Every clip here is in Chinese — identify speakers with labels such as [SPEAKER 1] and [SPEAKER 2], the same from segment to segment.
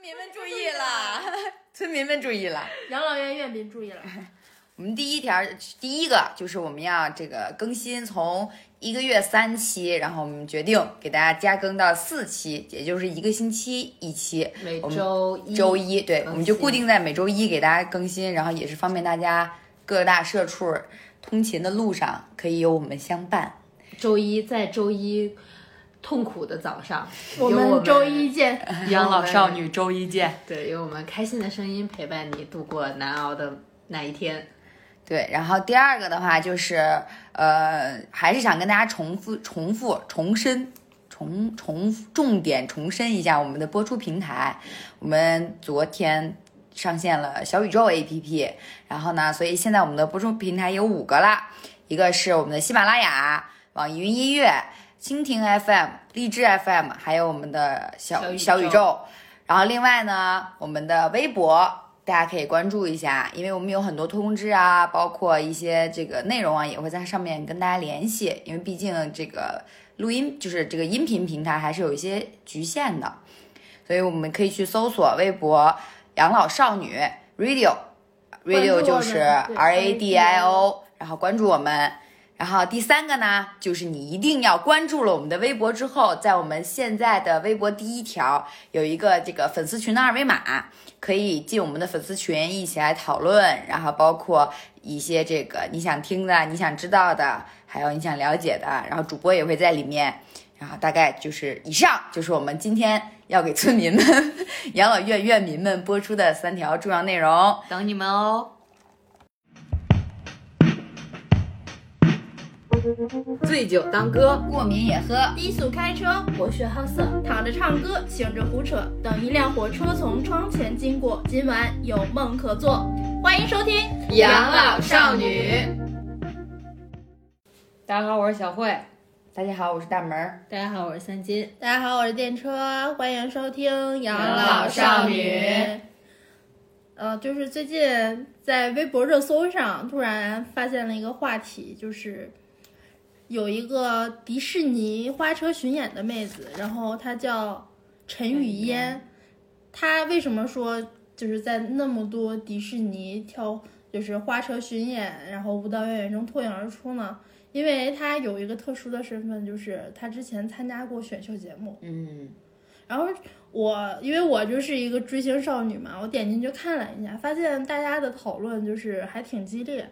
[SPEAKER 1] 民们注意了， 村民们注意了。
[SPEAKER 2] 养老院院民注意了，
[SPEAKER 1] 我们第一条，第一个就是我们要这个更新从一个月三期，然后我们决定给大家加更到四期，也就是一个星期一期。
[SPEAKER 3] 每
[SPEAKER 1] 我们
[SPEAKER 3] 周一
[SPEAKER 1] 周一，对，
[SPEAKER 3] 更
[SPEAKER 1] 我们就
[SPEAKER 3] 新
[SPEAKER 1] 固定在每周一给大家更新，然后也是方便大家各大社畜通勤的路上可以有我们相伴。
[SPEAKER 3] 周一在周一痛苦的早上，
[SPEAKER 2] 我
[SPEAKER 3] 有
[SPEAKER 2] 们
[SPEAKER 3] 们
[SPEAKER 2] 周一 见。
[SPEAKER 3] 养老少
[SPEAKER 1] 女周一见。
[SPEAKER 3] 对，有我们开心的声音陪伴你度过难熬的那一天。
[SPEAKER 1] 对，然后第二个的话就是，呃，还是想跟大家重复、重复、重申、重重重点重申一下我们的播出平台。我们昨天上线了小宇宙 APP，然后呢，所以现在我们的播出平台有五个啦，一个是我们的喜马拉雅、网易云音乐、蜻蜓 FM、荔枝 FM，还有我们的小
[SPEAKER 3] 小宇
[SPEAKER 1] 小宇
[SPEAKER 3] 宙
[SPEAKER 1] 宙。然后另外呢，我们的微博大家可以关注一下，因为我们有很多通知啊，包括一些这个内容啊，也会在上面跟大家联系。因为毕竟这个录音就是这个音频平台还是有一些局限的，所以我们可以去搜索微博“养老少女 radio”。radio
[SPEAKER 2] 关注我
[SPEAKER 1] 就
[SPEAKER 2] 们
[SPEAKER 1] 是
[SPEAKER 2] 对
[SPEAKER 1] R A D I O，然后关注我们。然后第三个呢，就是你一定要关注了我们的微博之后，在我们现在的微博第一条有一个这个粉丝群的二维码，可以进我们的粉丝群一起来讨论，然后包括一些这个你想听的、你想知道的，还有你想了解的，然后主播也会在里面。然后大概就是以上就是我们今天要给村民们、 养老院院民们播出的三条重要内容。
[SPEAKER 3] 等你们哦，醉酒当歌，
[SPEAKER 1] 过敏也喝。
[SPEAKER 2] 低速开车，博学好色，躺着唱歌，醒着胡扯。等一辆火车从窗前经过，今晚有梦可做。欢迎收听《。
[SPEAKER 3] 大家好，我是小慧。
[SPEAKER 1] 大家好，我是大门儿。
[SPEAKER 3] 大家好，我是三金。
[SPEAKER 2] 大家好，我是电车，欢迎收听《养
[SPEAKER 3] 老少女。
[SPEAKER 2] 呃，就是最近在微博热搜上突然发现了一个话题，就是有一个迪士尼花车巡演的妹子，然后她叫陈
[SPEAKER 3] 陈
[SPEAKER 2] 雨
[SPEAKER 3] 雨
[SPEAKER 2] 嫣。她为什么说就是在那么多迪士尼跳就是花车巡演，然后舞蹈演员中脱颖而出呢？因为她有一个特殊的身份，就是她之前参加过选秀节目。
[SPEAKER 1] 嗯，
[SPEAKER 2] 然后我因为我就是一个追星少女嘛，我点进去看了一下，发现大家的讨论就是还挺激烈。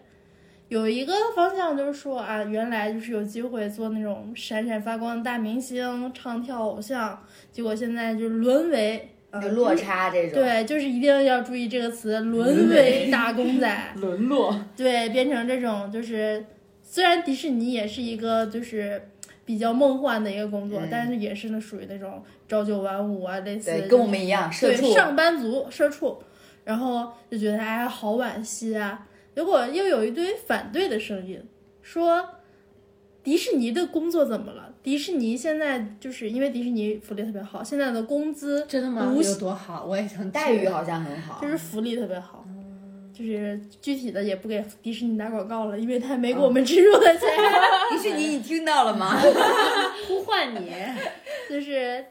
[SPEAKER 2] 有一个方向就是说啊，原来就是有机会做那种闪闪发光的大明星、唱跳偶像，结果现在就沦为呃
[SPEAKER 3] 嗯
[SPEAKER 1] 有落。差这种。，
[SPEAKER 2] 对，就是一定要注意这个词，沦为打工 仔。
[SPEAKER 3] 沦落，
[SPEAKER 2] 对，变成这种就是，虽然迪士尼也是一个就是比较梦幻的一个工作，
[SPEAKER 1] 嗯
[SPEAKER 2] 但是也是那属于那种朝九晚五啊，类似
[SPEAKER 1] 对，
[SPEAKER 2] 这
[SPEAKER 1] 跟
[SPEAKER 2] 种
[SPEAKER 1] 我们一样，社
[SPEAKER 2] 对
[SPEAKER 1] 畜。
[SPEAKER 2] 上班族社畜，然后就觉得哎好惋惜啊。结果又有一堆反对的声音，说迪士尼的工作怎么了？迪士尼现在就是因为迪士尼福利特别好，现在的工资
[SPEAKER 3] 真的吗？
[SPEAKER 2] 无
[SPEAKER 3] 有多好？我也想
[SPEAKER 1] 待遇好像很好
[SPEAKER 2] 就。是福利特别好。就是具体的也不给迪士尼打广告了，因为他没给我们植入的钱。
[SPEAKER 1] 迪士尼，你听到了吗？
[SPEAKER 3] 呼唤你。
[SPEAKER 2] 就是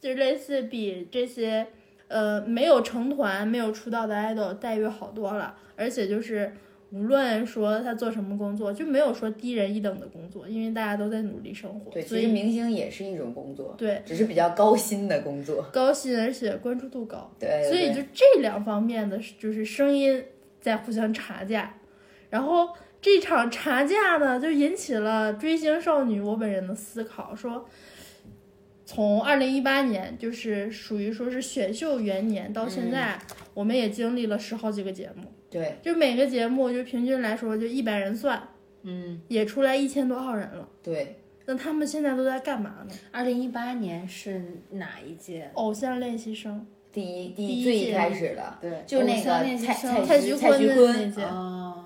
[SPEAKER 2] 就是类似比这些呃没有成团、没有出道的 idol 待遇好多了，而且就是无论说他做什么工作，就没有说低人一等的工作，因为大家都在努力生活，
[SPEAKER 1] 对，
[SPEAKER 2] 所
[SPEAKER 1] 其实
[SPEAKER 2] 以
[SPEAKER 1] 明星也是一种工作，
[SPEAKER 2] 对
[SPEAKER 1] 只是比较高薪的工作。
[SPEAKER 2] 高薪而且关注度高，
[SPEAKER 1] 对对
[SPEAKER 2] 所以就
[SPEAKER 1] 对
[SPEAKER 2] 这两方面的就是声音在互相查价，然后这场查价呢，就引起了追星少女我本人的思考，说从二零一八年就是属于说是选秀元年到现在，我们也经历了十好几个节目，
[SPEAKER 1] 嗯对
[SPEAKER 2] 就每个节目就平均来说就一百人算，
[SPEAKER 3] 嗯，
[SPEAKER 2] 也出来一千多号人了。
[SPEAKER 1] 对，
[SPEAKER 2] 那他们现在都在干嘛呢？
[SPEAKER 3] 二零一八年是哪一届？
[SPEAKER 2] 偶像练习生，
[SPEAKER 1] 第一第
[SPEAKER 2] 第
[SPEAKER 1] 一
[SPEAKER 2] 一
[SPEAKER 1] 最一
[SPEAKER 2] 届
[SPEAKER 1] 开始的，
[SPEAKER 3] 对
[SPEAKER 1] 就是那
[SPEAKER 3] 偶像
[SPEAKER 1] 个
[SPEAKER 3] 练习
[SPEAKER 1] 蔡
[SPEAKER 3] 生
[SPEAKER 1] 蔡
[SPEAKER 2] 蔡
[SPEAKER 1] 徐
[SPEAKER 2] 徐
[SPEAKER 1] 蔡徐
[SPEAKER 2] 坤的那
[SPEAKER 1] 坤，
[SPEAKER 2] 届，
[SPEAKER 3] 哦，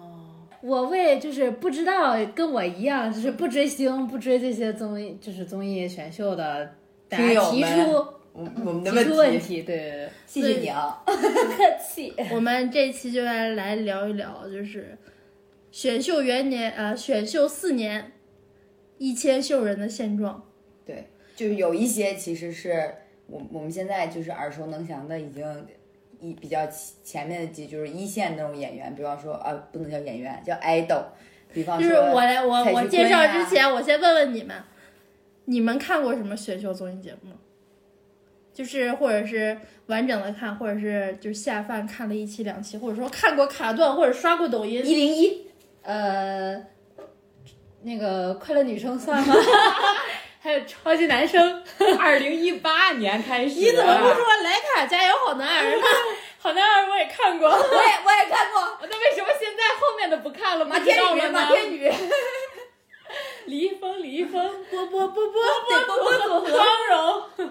[SPEAKER 3] 我为就是不知道跟我一样，就是不追星、不追这些综艺，就是综艺选秀的，大
[SPEAKER 1] 听
[SPEAKER 3] 家
[SPEAKER 1] 友
[SPEAKER 3] 提
[SPEAKER 1] 们
[SPEAKER 3] 出
[SPEAKER 1] 我我们的
[SPEAKER 3] 提出问
[SPEAKER 1] 题，
[SPEAKER 3] 题，对对对，
[SPEAKER 1] 谢谢你啊。
[SPEAKER 3] 不客气。
[SPEAKER 2] 我们这期就来来聊一聊，就是选秀元年，呃，选秀四年，一千秀人的现状。
[SPEAKER 1] 对，就是有一些其实是我我们现在就是耳熟能详的，已经一比较前前面的几就是一线那种演员，比方说啊，不能叫演员，叫 idol，比方
[SPEAKER 2] 就
[SPEAKER 1] 说
[SPEAKER 2] 是我来我
[SPEAKER 1] 蔡徐
[SPEAKER 2] 我
[SPEAKER 1] 坤
[SPEAKER 2] 介绍
[SPEAKER 1] 呀
[SPEAKER 2] 之前，我先问问你们，你们看过什么选秀综艺节目吗？就是或者是完整的看，或者是就是下饭看了一期两期，或者说看过卡段，或者刷过抖音。
[SPEAKER 3] 一零一，呃，那个快乐女生算 吗？还有超级男生，
[SPEAKER 4] 二零一八年开始，啊
[SPEAKER 2] 你怎么不说莱卡加油好男儿呢？
[SPEAKER 4] 好男儿我也看过，
[SPEAKER 3] 哦
[SPEAKER 1] 我也我也看过
[SPEAKER 4] 那为什么现在后面的不看了吗？
[SPEAKER 1] 马
[SPEAKER 4] 知
[SPEAKER 1] 天
[SPEAKER 4] 道
[SPEAKER 1] 宇，
[SPEAKER 4] 了
[SPEAKER 1] 马
[SPEAKER 4] 吗？
[SPEAKER 1] 天宇，
[SPEAKER 4] 李易峰，李易峰，
[SPEAKER 2] 波波波波
[SPEAKER 1] 对波波组合
[SPEAKER 4] 张荣，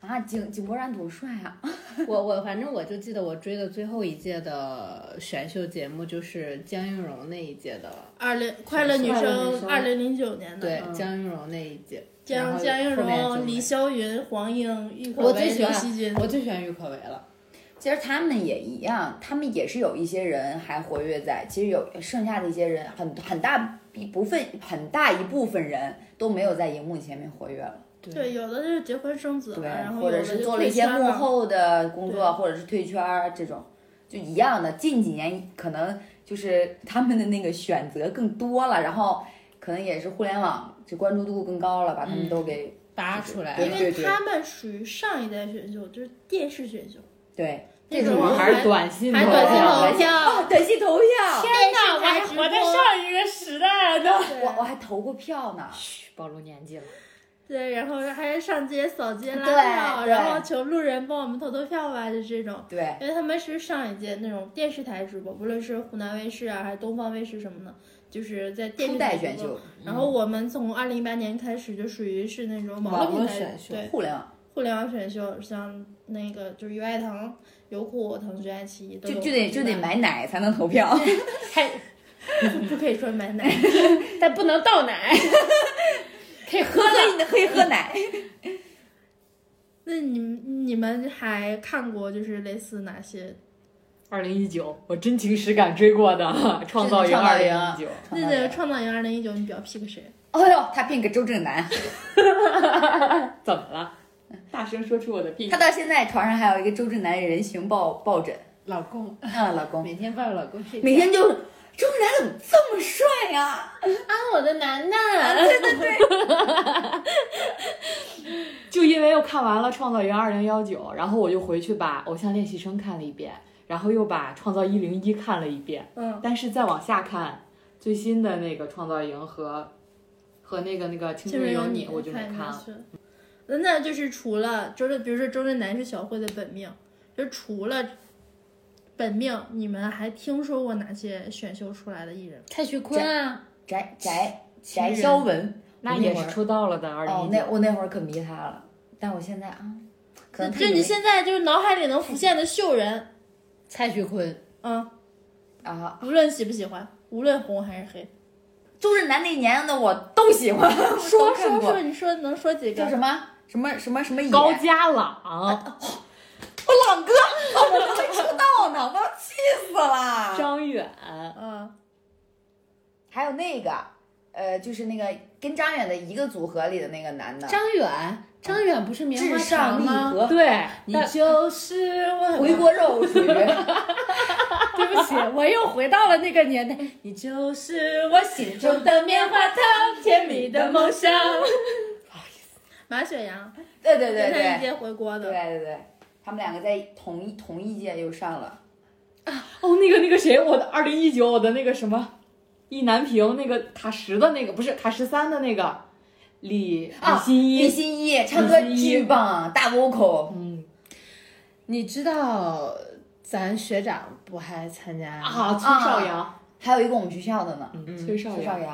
[SPEAKER 1] 啊，井井柏然多帅啊！
[SPEAKER 3] 我 我反正我就记得我追的最后一届的选秀节目就是江映蓉那一届的了，
[SPEAKER 2] 二零快乐女生，二零零九年的
[SPEAKER 3] 对，江映蓉那一届，然
[SPEAKER 2] 江
[SPEAKER 3] 后
[SPEAKER 2] 江映
[SPEAKER 3] 后面就
[SPEAKER 2] 蓉、李
[SPEAKER 3] 没
[SPEAKER 2] 霄云、黄英、郁可
[SPEAKER 3] 我最
[SPEAKER 2] 唯、
[SPEAKER 3] 喜
[SPEAKER 2] 刘
[SPEAKER 3] 欢
[SPEAKER 2] 惜君，
[SPEAKER 3] 我最喜欢郁可唯了，
[SPEAKER 1] 其实他们也一样，他们也是有一些人还活跃在，其实有剩下的一些人很很大一部分很大一部分人都没有在荧幕前面活跃了。
[SPEAKER 2] 对，有的就是结婚生子了，啊然
[SPEAKER 1] 嗯
[SPEAKER 2] 后
[SPEAKER 1] 或者
[SPEAKER 2] 有的
[SPEAKER 1] 是
[SPEAKER 2] 就
[SPEAKER 1] 做了
[SPEAKER 2] 退
[SPEAKER 1] 一些
[SPEAKER 2] 圈
[SPEAKER 1] 幕
[SPEAKER 2] 了
[SPEAKER 1] 后的工
[SPEAKER 2] 对
[SPEAKER 1] 作，或者是退圈儿这种，就一样的。近几年可能就是他们的那个选择更多了，然后可能也是互联网就关注度更高了，把他
[SPEAKER 2] 嗯
[SPEAKER 1] 们都给、
[SPEAKER 3] 扒出来
[SPEAKER 1] 哎对
[SPEAKER 2] 因
[SPEAKER 3] 了，
[SPEAKER 2] 为他们属于上一代选秀，就是电视选秀，
[SPEAKER 1] 对
[SPEAKER 2] 那
[SPEAKER 1] 这
[SPEAKER 2] 种
[SPEAKER 1] 种
[SPEAKER 2] 还
[SPEAKER 4] 还是短
[SPEAKER 1] 嗯
[SPEAKER 4] 信
[SPEAKER 2] 还
[SPEAKER 4] 投
[SPEAKER 2] 短信
[SPEAKER 4] 票
[SPEAKER 2] 投票，
[SPEAKER 1] 啊短信投票，
[SPEAKER 2] 天呐，
[SPEAKER 4] 哪我还
[SPEAKER 2] 直
[SPEAKER 4] 活在
[SPEAKER 2] 播
[SPEAKER 4] 上一个时代呢。
[SPEAKER 2] 对
[SPEAKER 1] 我我还投过票呢。
[SPEAKER 3] 嘘，暴露年纪了。
[SPEAKER 2] 对，然后还上街扫街拉
[SPEAKER 1] 对
[SPEAKER 2] 票，
[SPEAKER 1] 对
[SPEAKER 2] 然后求路人帮我们投投票吧，就这种。
[SPEAKER 1] 对，
[SPEAKER 2] 因为他们是上一届那种电视台直播，不论是湖南卫视啊，还是东方卫视什么的，就是在电
[SPEAKER 1] 初
[SPEAKER 2] 视
[SPEAKER 1] 代
[SPEAKER 2] 台
[SPEAKER 1] 选
[SPEAKER 2] 直播。
[SPEAKER 1] 秀，
[SPEAKER 2] 然后我们从二零一八年开始就属于是那种网
[SPEAKER 3] 网
[SPEAKER 2] 络平
[SPEAKER 3] 络
[SPEAKER 2] 台
[SPEAKER 3] 选秀
[SPEAKER 2] 对
[SPEAKER 1] 互联网
[SPEAKER 2] 互联网选秀，像那个就是优爱腾、优酷、腾讯、爱奇艺都
[SPEAKER 1] 就
[SPEAKER 2] 有
[SPEAKER 1] 就得就得 买奶才能投票，
[SPEAKER 3] 还
[SPEAKER 2] 不可以说买奶，
[SPEAKER 3] 但不能倒奶， 可以喝
[SPEAKER 1] 喝了你的可以喝奶。
[SPEAKER 2] 那你们你们还看过就是类似哪些？
[SPEAKER 4] 二零一九，我真情实感追过的《创造营
[SPEAKER 1] 创造
[SPEAKER 4] 二
[SPEAKER 1] 营
[SPEAKER 4] 零一九》，
[SPEAKER 2] 那那个《创造营二零一九》，你比较 pick 谁？
[SPEAKER 1] 嗯哎呦，他变个周震南，
[SPEAKER 4] 怎么了？大声说出我的病
[SPEAKER 1] 他。到现在床上还有一个周震南人形抱抱枕。
[SPEAKER 3] 老公，
[SPEAKER 1] 啊，老公，
[SPEAKER 3] 每天抱着老公睡觉。
[SPEAKER 1] 每天就是周震南怎么这么帅呀、
[SPEAKER 3] 啊，我的楠楠，
[SPEAKER 4] 就因为又看完了《创造营二零幺九》，然后我就回去把《偶像练习生》看了一遍，然后又把《创造一零一》看了一遍，
[SPEAKER 2] 嗯，
[SPEAKER 4] 但是再往下看最新的那个《创造营》和和那个那个《青
[SPEAKER 2] 就
[SPEAKER 4] 春
[SPEAKER 2] 是
[SPEAKER 4] 有
[SPEAKER 2] 你
[SPEAKER 4] 你》，我就没
[SPEAKER 2] 看
[SPEAKER 4] 看了。
[SPEAKER 2] 去。那那就是除了周震，比如说周震南是小慧的本命，就除了本命，你们还听说过哪些选秀出来的艺人？
[SPEAKER 3] 蔡徐坤啊，
[SPEAKER 1] 翟翟
[SPEAKER 2] 亲人
[SPEAKER 1] 翟潇闻，
[SPEAKER 4] 那
[SPEAKER 1] 我那
[SPEAKER 4] 也
[SPEAKER 1] 会儿
[SPEAKER 4] 是出道了的二零
[SPEAKER 1] 哦
[SPEAKER 4] 一，
[SPEAKER 1] 那
[SPEAKER 4] 九。
[SPEAKER 1] 我那会儿可迷他了，但我现在啊，可能他
[SPEAKER 2] 就
[SPEAKER 1] 以
[SPEAKER 2] 你
[SPEAKER 1] 为
[SPEAKER 2] 现在就是脑海里能浮现的秀人，
[SPEAKER 3] 蔡徐坤，
[SPEAKER 2] 嗯，
[SPEAKER 1] 啊，
[SPEAKER 2] 无论喜不喜欢，无论红还是黑，
[SPEAKER 1] 周震南那年的我都喜 欢，
[SPEAKER 2] 说
[SPEAKER 1] 都看
[SPEAKER 2] 说
[SPEAKER 1] 过
[SPEAKER 2] 说，你说能说几个
[SPEAKER 1] 叫？什么什么什么什么野
[SPEAKER 4] 高家 朗、
[SPEAKER 1] 我朗哥，哦我都没出道呢，我都气死了。
[SPEAKER 4] 张远，
[SPEAKER 2] 啊，
[SPEAKER 1] 还有那个，呃，就是那个跟张远的一个组合里的那个男的，
[SPEAKER 3] 张远，张远不是棉
[SPEAKER 1] 至
[SPEAKER 3] 花
[SPEAKER 1] 上
[SPEAKER 3] 糖
[SPEAKER 1] 励
[SPEAKER 3] 吗？
[SPEAKER 1] 合，
[SPEAKER 4] 对，
[SPEAKER 3] 你就是我。
[SPEAKER 1] 回锅肉属于。
[SPEAKER 3] 对不 起，我又回到了那个年代。你就是我心中的棉花糖，甜蜜的梦想。
[SPEAKER 2] 马雪阳
[SPEAKER 1] 对对对
[SPEAKER 2] 跟他一
[SPEAKER 1] 对
[SPEAKER 2] 届回国
[SPEAKER 1] 对
[SPEAKER 2] 的，
[SPEAKER 1] 对对，他们两个在同一同一届又上了。
[SPEAKER 4] 哦，那个那个谁，我的二零一九，我的那个什么，意难平，那个卡十的那个，不是卡十三的那个，李
[SPEAKER 1] 啊
[SPEAKER 4] 李欣
[SPEAKER 1] 李
[SPEAKER 4] 一，
[SPEAKER 1] 心一唱歌
[SPEAKER 4] 李心一
[SPEAKER 1] 巨棒，大 vocal。
[SPEAKER 4] 嗯
[SPEAKER 3] 你知道咱学长不还参加？
[SPEAKER 4] 啊，崔少阳，
[SPEAKER 1] 还有一个我们学校的呢，
[SPEAKER 4] 嗯，崔少
[SPEAKER 1] 崔少
[SPEAKER 4] 阳，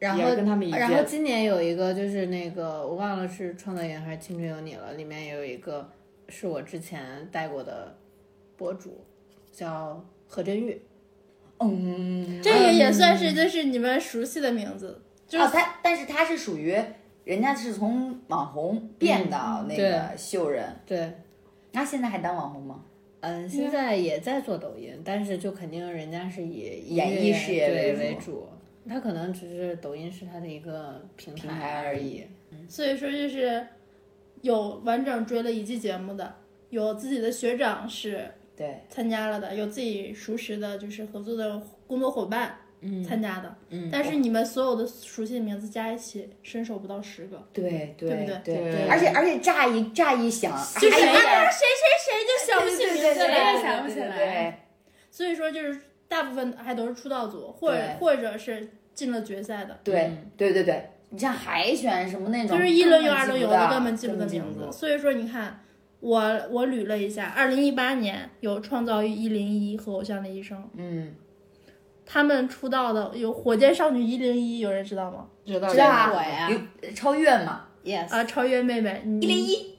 [SPEAKER 1] 阳。
[SPEAKER 3] 然
[SPEAKER 4] 也
[SPEAKER 3] 后
[SPEAKER 4] 是跟他们一届
[SPEAKER 3] 然后
[SPEAKER 4] 的，
[SPEAKER 3] 今年有一个就是那个我忘了是《创造营》还是《青春有你》了，里面有一个是我之前带过的博主，叫何振玉。
[SPEAKER 1] 嗯，
[SPEAKER 2] 这个也算是就是你们熟悉的名字，就是
[SPEAKER 1] 哦，他但是他是属于人家是从网红变到那个秀人，
[SPEAKER 3] 对，
[SPEAKER 1] 那现在还当网红吗？
[SPEAKER 3] 嗯，现在也在做抖音，但是就肯定人家是以
[SPEAKER 1] 演艺
[SPEAKER 3] 艺
[SPEAKER 1] 事业
[SPEAKER 3] 为
[SPEAKER 1] 为
[SPEAKER 3] 主，他可能只是抖音是他的一个平
[SPEAKER 1] 平台
[SPEAKER 3] 而
[SPEAKER 1] 而
[SPEAKER 3] 已。
[SPEAKER 2] 所以说就是有完整追了一季节目的，有自己的学长是
[SPEAKER 1] 对，
[SPEAKER 2] 参加了的，有自己熟识的，就是合作的工作伙伴
[SPEAKER 1] 嗯
[SPEAKER 2] 参加的。
[SPEAKER 1] 嗯，
[SPEAKER 2] 但是你们所有的熟悉的名字加一起，伸手不到十个，
[SPEAKER 1] 对
[SPEAKER 2] 对不
[SPEAKER 1] 对
[SPEAKER 2] 对
[SPEAKER 4] 对
[SPEAKER 1] 而且而且乍一乍一想，
[SPEAKER 2] 就是
[SPEAKER 1] 哎
[SPEAKER 2] 啊，
[SPEAKER 1] 呀
[SPEAKER 2] 谁谁谁就想不起名字
[SPEAKER 1] 对
[SPEAKER 2] 来。
[SPEAKER 1] 对
[SPEAKER 3] 想不起
[SPEAKER 1] 对对
[SPEAKER 3] 来
[SPEAKER 2] 所以说就是大部分还都是出道组，或者
[SPEAKER 1] 对
[SPEAKER 2] 或者是进了决赛的。
[SPEAKER 1] 对对对对对，你像海选什么那种，
[SPEAKER 2] 嗯就是一轮游、
[SPEAKER 1] 根
[SPEAKER 2] 二
[SPEAKER 1] 本
[SPEAKER 2] 轮
[SPEAKER 1] 记
[SPEAKER 2] 游
[SPEAKER 1] 不
[SPEAKER 2] 的
[SPEAKER 1] 到
[SPEAKER 2] 根本记不得名字。所以说，你看我我捋了一下，二零一八年有创造于一零一和偶像的一生，
[SPEAKER 1] 嗯，
[SPEAKER 2] 他们出道的有火箭少女一零一，有人知道吗？
[SPEAKER 3] 知道
[SPEAKER 1] 知道
[SPEAKER 3] 我
[SPEAKER 1] 啊，
[SPEAKER 3] 呀
[SPEAKER 1] 有超越嘛，
[SPEAKER 3] ，yes，
[SPEAKER 2] 啊，超越妹妹一
[SPEAKER 1] 一零一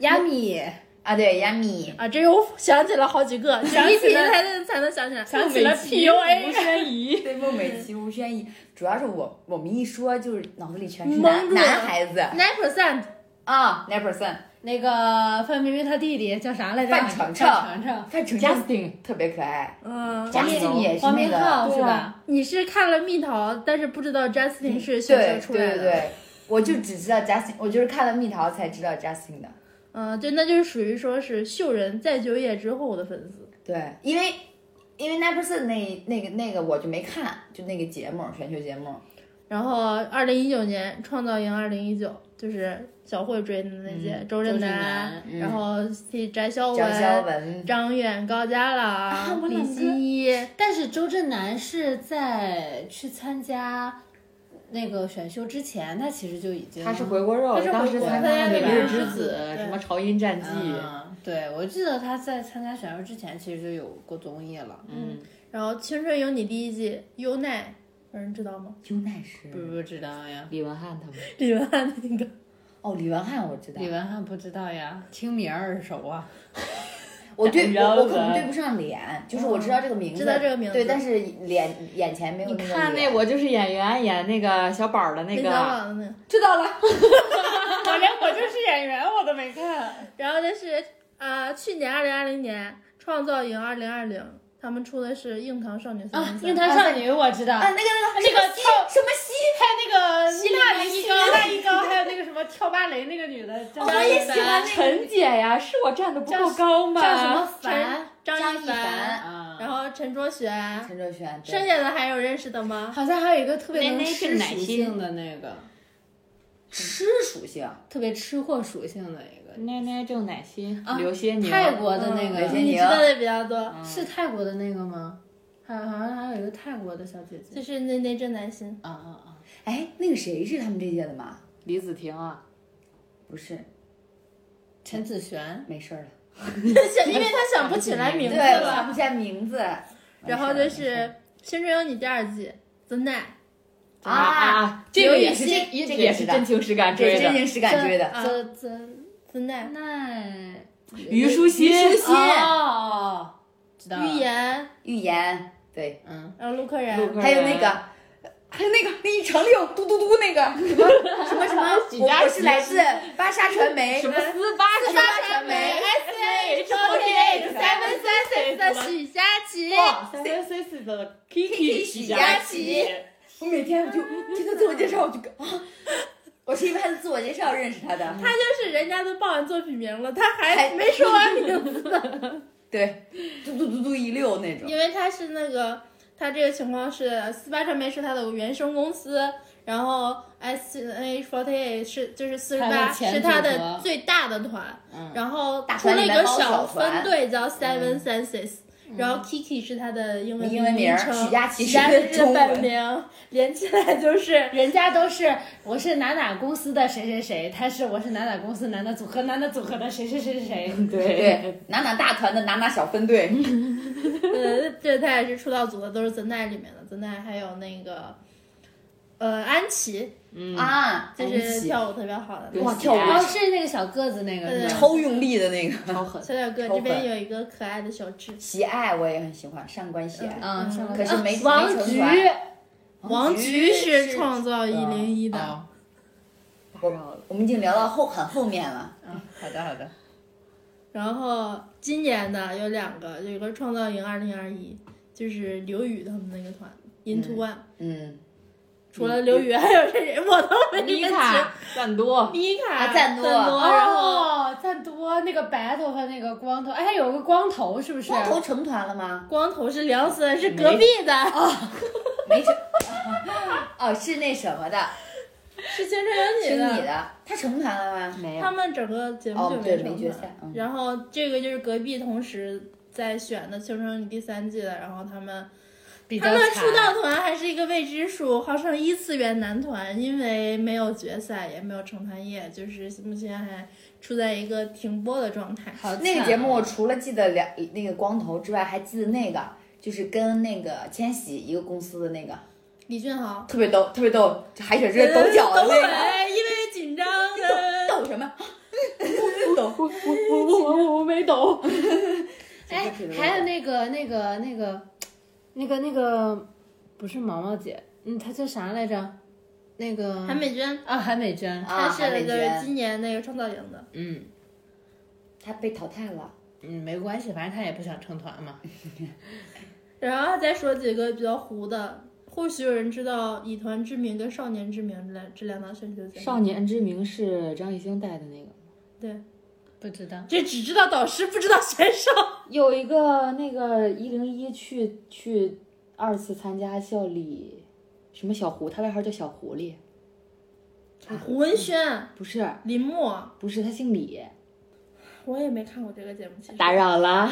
[SPEAKER 3] 亚米
[SPEAKER 1] 啊，对，亚 米，
[SPEAKER 2] 啊，这个我想起了好几个，
[SPEAKER 3] 想
[SPEAKER 2] 你一
[SPEAKER 3] 起
[SPEAKER 2] 提
[SPEAKER 3] 了
[SPEAKER 2] 才能才能想起来，
[SPEAKER 4] 想
[SPEAKER 2] 想
[SPEAKER 4] 起
[SPEAKER 2] 起了
[SPEAKER 4] 了
[SPEAKER 2] PUA
[SPEAKER 4] 吴。宣仪，
[SPEAKER 1] 对，孟美岐、吴宣仪，主要是我我们一说就是脑子里全是
[SPEAKER 2] 懵
[SPEAKER 1] 男
[SPEAKER 2] 住了
[SPEAKER 1] 男孩子
[SPEAKER 2] nine percent
[SPEAKER 1] 啊，nine percent，
[SPEAKER 3] 那个范冰冰她弟弟叫啥来着？
[SPEAKER 1] 范丞丞
[SPEAKER 3] 范丞丞，
[SPEAKER 1] 范丞丞
[SPEAKER 4] Justin，
[SPEAKER 1] 特别可爱，
[SPEAKER 2] 嗯，
[SPEAKER 1] 贾斯汀也是
[SPEAKER 3] 黄
[SPEAKER 1] 那
[SPEAKER 3] 明
[SPEAKER 1] 个，
[SPEAKER 3] 昊
[SPEAKER 1] 对
[SPEAKER 3] 是
[SPEAKER 1] 吧？
[SPEAKER 3] 吧？
[SPEAKER 2] 你是看了蜜桃，但是不知道 Justin 是选秀
[SPEAKER 1] 嗯对
[SPEAKER 2] 出来
[SPEAKER 1] 对
[SPEAKER 2] 的。
[SPEAKER 1] 对，我就只知道 Justin，我就是看了蜜桃才知道 Justin 的。
[SPEAKER 2] 嗯，对，那就是属于说是秀人再就业之后的粉丝。
[SPEAKER 1] 对，因为因为 nine percent 那那个那个我就没看，就那个节目选秀节目，
[SPEAKER 2] 然后二零一九年创造营二零一九就是小慧追的那些、周震
[SPEAKER 3] 震
[SPEAKER 2] 南
[SPEAKER 3] 南，
[SPEAKER 1] 嗯
[SPEAKER 2] 然后翟潇
[SPEAKER 1] 张潇
[SPEAKER 2] 闻、
[SPEAKER 1] 闻，
[SPEAKER 2] 张远、高佳朗、
[SPEAKER 1] 啊 我
[SPEAKER 2] 李
[SPEAKER 1] 两个
[SPEAKER 2] 心一，
[SPEAKER 3] 但是周震南是在去参加那个选秀之前，他其实就已经
[SPEAKER 4] 他是回锅肉
[SPEAKER 2] 他，是回
[SPEAKER 4] 当时
[SPEAKER 2] 锅
[SPEAKER 4] 参
[SPEAKER 2] 肉
[SPEAKER 4] 加那个《一日之
[SPEAKER 2] 对
[SPEAKER 4] 子》，什么《潮音战记》，
[SPEAKER 3] 嗯，对，我记得他在参加选秀之前其实就有过综艺了。
[SPEAKER 4] 嗯，
[SPEAKER 2] 然后《青春有你》第一季优奈，有人知道吗？
[SPEAKER 1] 优奈是
[SPEAKER 3] 不不知道呀，
[SPEAKER 4] 李文翰他们。
[SPEAKER 2] 李文翰的那个，
[SPEAKER 1] 哦，李文翰我知道
[SPEAKER 3] 李，文翰不知道呀，听名儿耳熟 啊。
[SPEAKER 1] 我对
[SPEAKER 4] 然
[SPEAKER 1] 我
[SPEAKER 4] 后
[SPEAKER 1] 我可能
[SPEAKER 4] 呢
[SPEAKER 1] 对不上脸，就是我知道这个名字，
[SPEAKER 2] 知道这个名字
[SPEAKER 1] 对，但是脸眼前没有
[SPEAKER 4] 你
[SPEAKER 1] 那个
[SPEAKER 4] 看那
[SPEAKER 1] 脸
[SPEAKER 4] 《我就是演员》演那个小宝啊的那
[SPEAKER 2] 林小
[SPEAKER 4] 个，
[SPEAKER 2] 宝的那个。
[SPEAKER 1] 知道了，
[SPEAKER 3] 我连我就是演员我都没看。
[SPEAKER 2] 然后就是呃，去年二零二零年创造营二零二零，他们出的是硬糖少女三
[SPEAKER 3] 啊
[SPEAKER 2] 零，三
[SPEAKER 3] 樱桃少女我知道，
[SPEAKER 1] 啊，
[SPEAKER 3] 还
[SPEAKER 1] 那
[SPEAKER 3] 有
[SPEAKER 1] 个那个
[SPEAKER 3] 那个
[SPEAKER 1] 什么西
[SPEAKER 3] 跳
[SPEAKER 1] 什么西，
[SPEAKER 3] 那个
[SPEAKER 1] 希
[SPEAKER 3] 希
[SPEAKER 1] 腊
[SPEAKER 3] 腊
[SPEAKER 1] 的希
[SPEAKER 3] 一
[SPEAKER 1] 腊
[SPEAKER 3] 高，希腊一高，哦还有那个什么跳芭蕾那个女的，叫
[SPEAKER 1] 我
[SPEAKER 3] 张
[SPEAKER 1] 也
[SPEAKER 3] 一
[SPEAKER 1] 喜欢
[SPEAKER 3] 凡
[SPEAKER 4] 陈姐呀，是我站的不够高吗？
[SPEAKER 3] 叫什么
[SPEAKER 2] 陈
[SPEAKER 3] 凡
[SPEAKER 2] 张
[SPEAKER 1] 一啊
[SPEAKER 2] 凡，
[SPEAKER 3] 啊？
[SPEAKER 2] 然后陈卓璇，
[SPEAKER 1] 陈哲轩，对
[SPEAKER 2] 剩下的还有认识的吗？
[SPEAKER 3] 好像还有一个特别能
[SPEAKER 4] 奶奶是
[SPEAKER 3] 吃
[SPEAKER 4] 奶
[SPEAKER 3] 属
[SPEAKER 4] 昔
[SPEAKER 3] 性的那个，
[SPEAKER 1] 吃属性，
[SPEAKER 3] 特别吃货属性的一个，
[SPEAKER 4] 奶奶郑乃馨
[SPEAKER 3] 啊、
[SPEAKER 4] 刘些宁、
[SPEAKER 3] 泰国的那
[SPEAKER 1] 嗯有些
[SPEAKER 3] 个嗯
[SPEAKER 2] 你知道的比较多，
[SPEAKER 3] 是泰国的那个吗？还有好像还有一个泰国的小姐姐
[SPEAKER 2] 就，是那那郑南星，
[SPEAKER 3] 啊啊啊！
[SPEAKER 1] 哎，那个谁是他们这届的吗？
[SPEAKER 4] 李子婷啊，
[SPEAKER 1] 不是，
[SPEAKER 3] 陈子璇，
[SPEAKER 1] 没事儿了，
[SPEAKER 2] 想 因为他想不起来名字
[SPEAKER 1] 对，我想
[SPEAKER 2] 了。
[SPEAKER 1] 不起来名字。
[SPEAKER 2] 然后就是《青春有你》第二季，曾奈，
[SPEAKER 1] 啊
[SPEAKER 4] 啊，这个也是
[SPEAKER 1] 刘
[SPEAKER 4] 真
[SPEAKER 1] 雨
[SPEAKER 4] 也
[SPEAKER 1] 昕这个
[SPEAKER 4] 也
[SPEAKER 1] 知
[SPEAKER 4] 是
[SPEAKER 1] 道
[SPEAKER 4] 真情实感
[SPEAKER 1] 这
[SPEAKER 4] 追
[SPEAKER 1] 真
[SPEAKER 4] 的。
[SPEAKER 1] 情实感追的，
[SPEAKER 2] 啊
[SPEAKER 3] 曾曾
[SPEAKER 2] 曾奈，
[SPEAKER 3] 奈
[SPEAKER 4] 虞书欣，
[SPEAKER 1] 虞书欣
[SPEAKER 3] 哦，知道了
[SPEAKER 2] 预言，
[SPEAKER 1] 预言，对，
[SPEAKER 3] 嗯，
[SPEAKER 2] 然后陆柯
[SPEAKER 4] 陆柯
[SPEAKER 2] 燃，
[SPEAKER 1] 还有那个。还有那个那一长溜嘟嘟嘟那个什么什么什么，
[SPEAKER 4] 许
[SPEAKER 1] 我
[SPEAKER 4] 佳
[SPEAKER 1] 我是
[SPEAKER 4] 琪
[SPEAKER 1] 来自巴莎传媒，
[SPEAKER 4] 什么斯巴
[SPEAKER 1] 斯巴传媒
[SPEAKER 4] S
[SPEAKER 2] OK，三分三
[SPEAKER 4] S
[SPEAKER 2] six 的许佳琪，
[SPEAKER 4] 哇，三分 S 的 Kiki 许
[SPEAKER 1] 佳
[SPEAKER 4] 佳
[SPEAKER 1] 琪
[SPEAKER 4] 琪，
[SPEAKER 1] 我每天我就听他自我介绍，我就啊，我是因为他的自我介绍认识他的，
[SPEAKER 2] 他就是人家都报完作品名了，他
[SPEAKER 1] 还
[SPEAKER 2] 还没说完名字，
[SPEAKER 1] 对，嘟嘟嘟嘟一溜那种，
[SPEAKER 2] 因为他是那个。他这个情况是，四八传媒是他的原生公司，然后 S N H forty eight 是就是四十
[SPEAKER 3] 他
[SPEAKER 2] 八
[SPEAKER 3] 的前
[SPEAKER 2] 是他
[SPEAKER 3] 组合
[SPEAKER 2] 的最大的团，
[SPEAKER 3] 嗯，
[SPEAKER 2] 然后
[SPEAKER 1] 大
[SPEAKER 2] 出
[SPEAKER 1] 团
[SPEAKER 2] 了
[SPEAKER 1] 里
[SPEAKER 2] 一
[SPEAKER 1] 面
[SPEAKER 2] 个
[SPEAKER 1] 包小
[SPEAKER 2] 小
[SPEAKER 1] 团嗯
[SPEAKER 2] 分队叫 Seven Senses，、然后 Kiki 是他的英文
[SPEAKER 1] 英文名
[SPEAKER 2] 名
[SPEAKER 1] 儿
[SPEAKER 2] 称，
[SPEAKER 1] 许佳琪
[SPEAKER 2] 许
[SPEAKER 1] 是
[SPEAKER 2] 佳琪
[SPEAKER 1] 中
[SPEAKER 2] 的
[SPEAKER 1] 文
[SPEAKER 2] 本名，连起来就是
[SPEAKER 3] 人家都是我是哪哪公司的谁谁谁，他是我是哪哪公司哪哪组合哪哪组合的谁谁谁谁谁，
[SPEAKER 4] 对，
[SPEAKER 1] 对，哪哪大团的哪哪小分队，
[SPEAKER 2] 呃，这他也是出道组的，都是 The Night 里面的 The Night，还有那个呃安琪，
[SPEAKER 1] 啊，
[SPEAKER 2] 就
[SPEAKER 1] 安
[SPEAKER 2] 是
[SPEAKER 1] 琪
[SPEAKER 2] 跳舞特别好的那
[SPEAKER 1] 哇
[SPEAKER 2] 个
[SPEAKER 1] 跳舞
[SPEAKER 3] 哦，是那个小个子那个是吧？
[SPEAKER 1] 超用力的那个，
[SPEAKER 4] 超狠。
[SPEAKER 2] 小小哥
[SPEAKER 1] 超
[SPEAKER 2] 这边
[SPEAKER 1] 粉
[SPEAKER 2] 有一个可爱的小智，
[SPEAKER 1] 喜爱我也很喜欢，上官喜爱，
[SPEAKER 3] 嗯，上了
[SPEAKER 1] 可是没
[SPEAKER 3] 啊王
[SPEAKER 1] 没成
[SPEAKER 3] 菊
[SPEAKER 1] 团
[SPEAKER 2] 王菊是创造一
[SPEAKER 1] 的
[SPEAKER 2] 零一的，
[SPEAKER 1] 啊
[SPEAKER 3] 哦
[SPEAKER 1] 我我们已经聊到后很后面了，
[SPEAKER 3] 嗯，好的好的，
[SPEAKER 2] 然后今年的有两个，有一个创造营二零二一，就是刘宇他们那个团 Into One。
[SPEAKER 1] 嗯，
[SPEAKER 2] 除了刘宇还有谁，我都没
[SPEAKER 4] 妮
[SPEAKER 2] 认
[SPEAKER 4] 卡
[SPEAKER 2] 清。
[SPEAKER 4] 赞多，
[SPEAKER 2] 妮
[SPEAKER 1] 啊
[SPEAKER 2] 卡、
[SPEAKER 1] 赞多
[SPEAKER 2] 多，然后
[SPEAKER 5] 哦，赞多那个白头发那个光头，哎，还有个光头是不是？
[SPEAKER 1] 光头成团了吗？
[SPEAKER 2] 光头是梁森，是隔壁
[SPEAKER 1] 哦
[SPEAKER 2] 的，
[SPEAKER 1] 没成， 哦，是那什么的，
[SPEAKER 2] 是青春有
[SPEAKER 1] 是你
[SPEAKER 2] 你的。
[SPEAKER 1] 的，他成团了吗？
[SPEAKER 4] 没
[SPEAKER 2] 他们整个节目
[SPEAKER 1] 哦
[SPEAKER 2] 就，
[SPEAKER 1] 对，
[SPEAKER 2] 成
[SPEAKER 1] 没
[SPEAKER 2] 团
[SPEAKER 1] 决赛，嗯。
[SPEAKER 2] 然后这个就是隔壁同时在选的《青春有你》第三季的，然后他们
[SPEAKER 3] 比较
[SPEAKER 2] 他们
[SPEAKER 3] 惨
[SPEAKER 2] 出道团还是一个未知数，号称一次元男团，因为没有决赛，也没有成团夜，就是目前还处在一个停播的状态。
[SPEAKER 3] 好惨
[SPEAKER 1] 那个节目我除了记得两那个光头之外，还记得那个就是跟那个千玺一个公司的那个，
[SPEAKER 2] 李俊豪，
[SPEAKER 1] 特别逗，特别逗，海选之前抖脚的
[SPEAKER 2] 呃抖
[SPEAKER 1] 那
[SPEAKER 2] 腿因为紧张
[SPEAKER 1] 个，
[SPEAKER 2] 的。
[SPEAKER 1] 抖什么？
[SPEAKER 4] 我我我我我我没懂。
[SPEAKER 3] 哎
[SPEAKER 5] 哎，
[SPEAKER 3] 还
[SPEAKER 5] 还
[SPEAKER 3] 有
[SPEAKER 5] 有那个那个那个，
[SPEAKER 3] 那个那个不是毛毛姐，嗯，她叫啥来着？那个
[SPEAKER 2] 韩美娟，
[SPEAKER 3] 啊，韩美娟，
[SPEAKER 1] 啊，
[SPEAKER 2] 她
[SPEAKER 1] 韩
[SPEAKER 2] 是
[SPEAKER 1] 美
[SPEAKER 2] 就是
[SPEAKER 1] 娟，
[SPEAKER 2] 今年那个创造营的，
[SPEAKER 3] 嗯
[SPEAKER 1] 她被淘汰了。
[SPEAKER 3] 嗯，没关系，反正她也不想成团嘛。
[SPEAKER 2] 然后再说几个比较糊的。或许有人知道以团之名跟少年之名这两这两档选秀节目，
[SPEAKER 4] 少年之名是张艺兴带的那个，
[SPEAKER 2] 对，
[SPEAKER 3] 不知道，
[SPEAKER 2] 这只知道导师，不知道选手。
[SPEAKER 4] 有一个那个一零一去去二次参加校里，什么小狐，他外号叫小狐狸，
[SPEAKER 2] 胡文轩、
[SPEAKER 4] 不是
[SPEAKER 2] 林默，
[SPEAKER 4] 不是，他姓李。
[SPEAKER 2] 我也没看过这个节目，其实
[SPEAKER 4] 打扰了，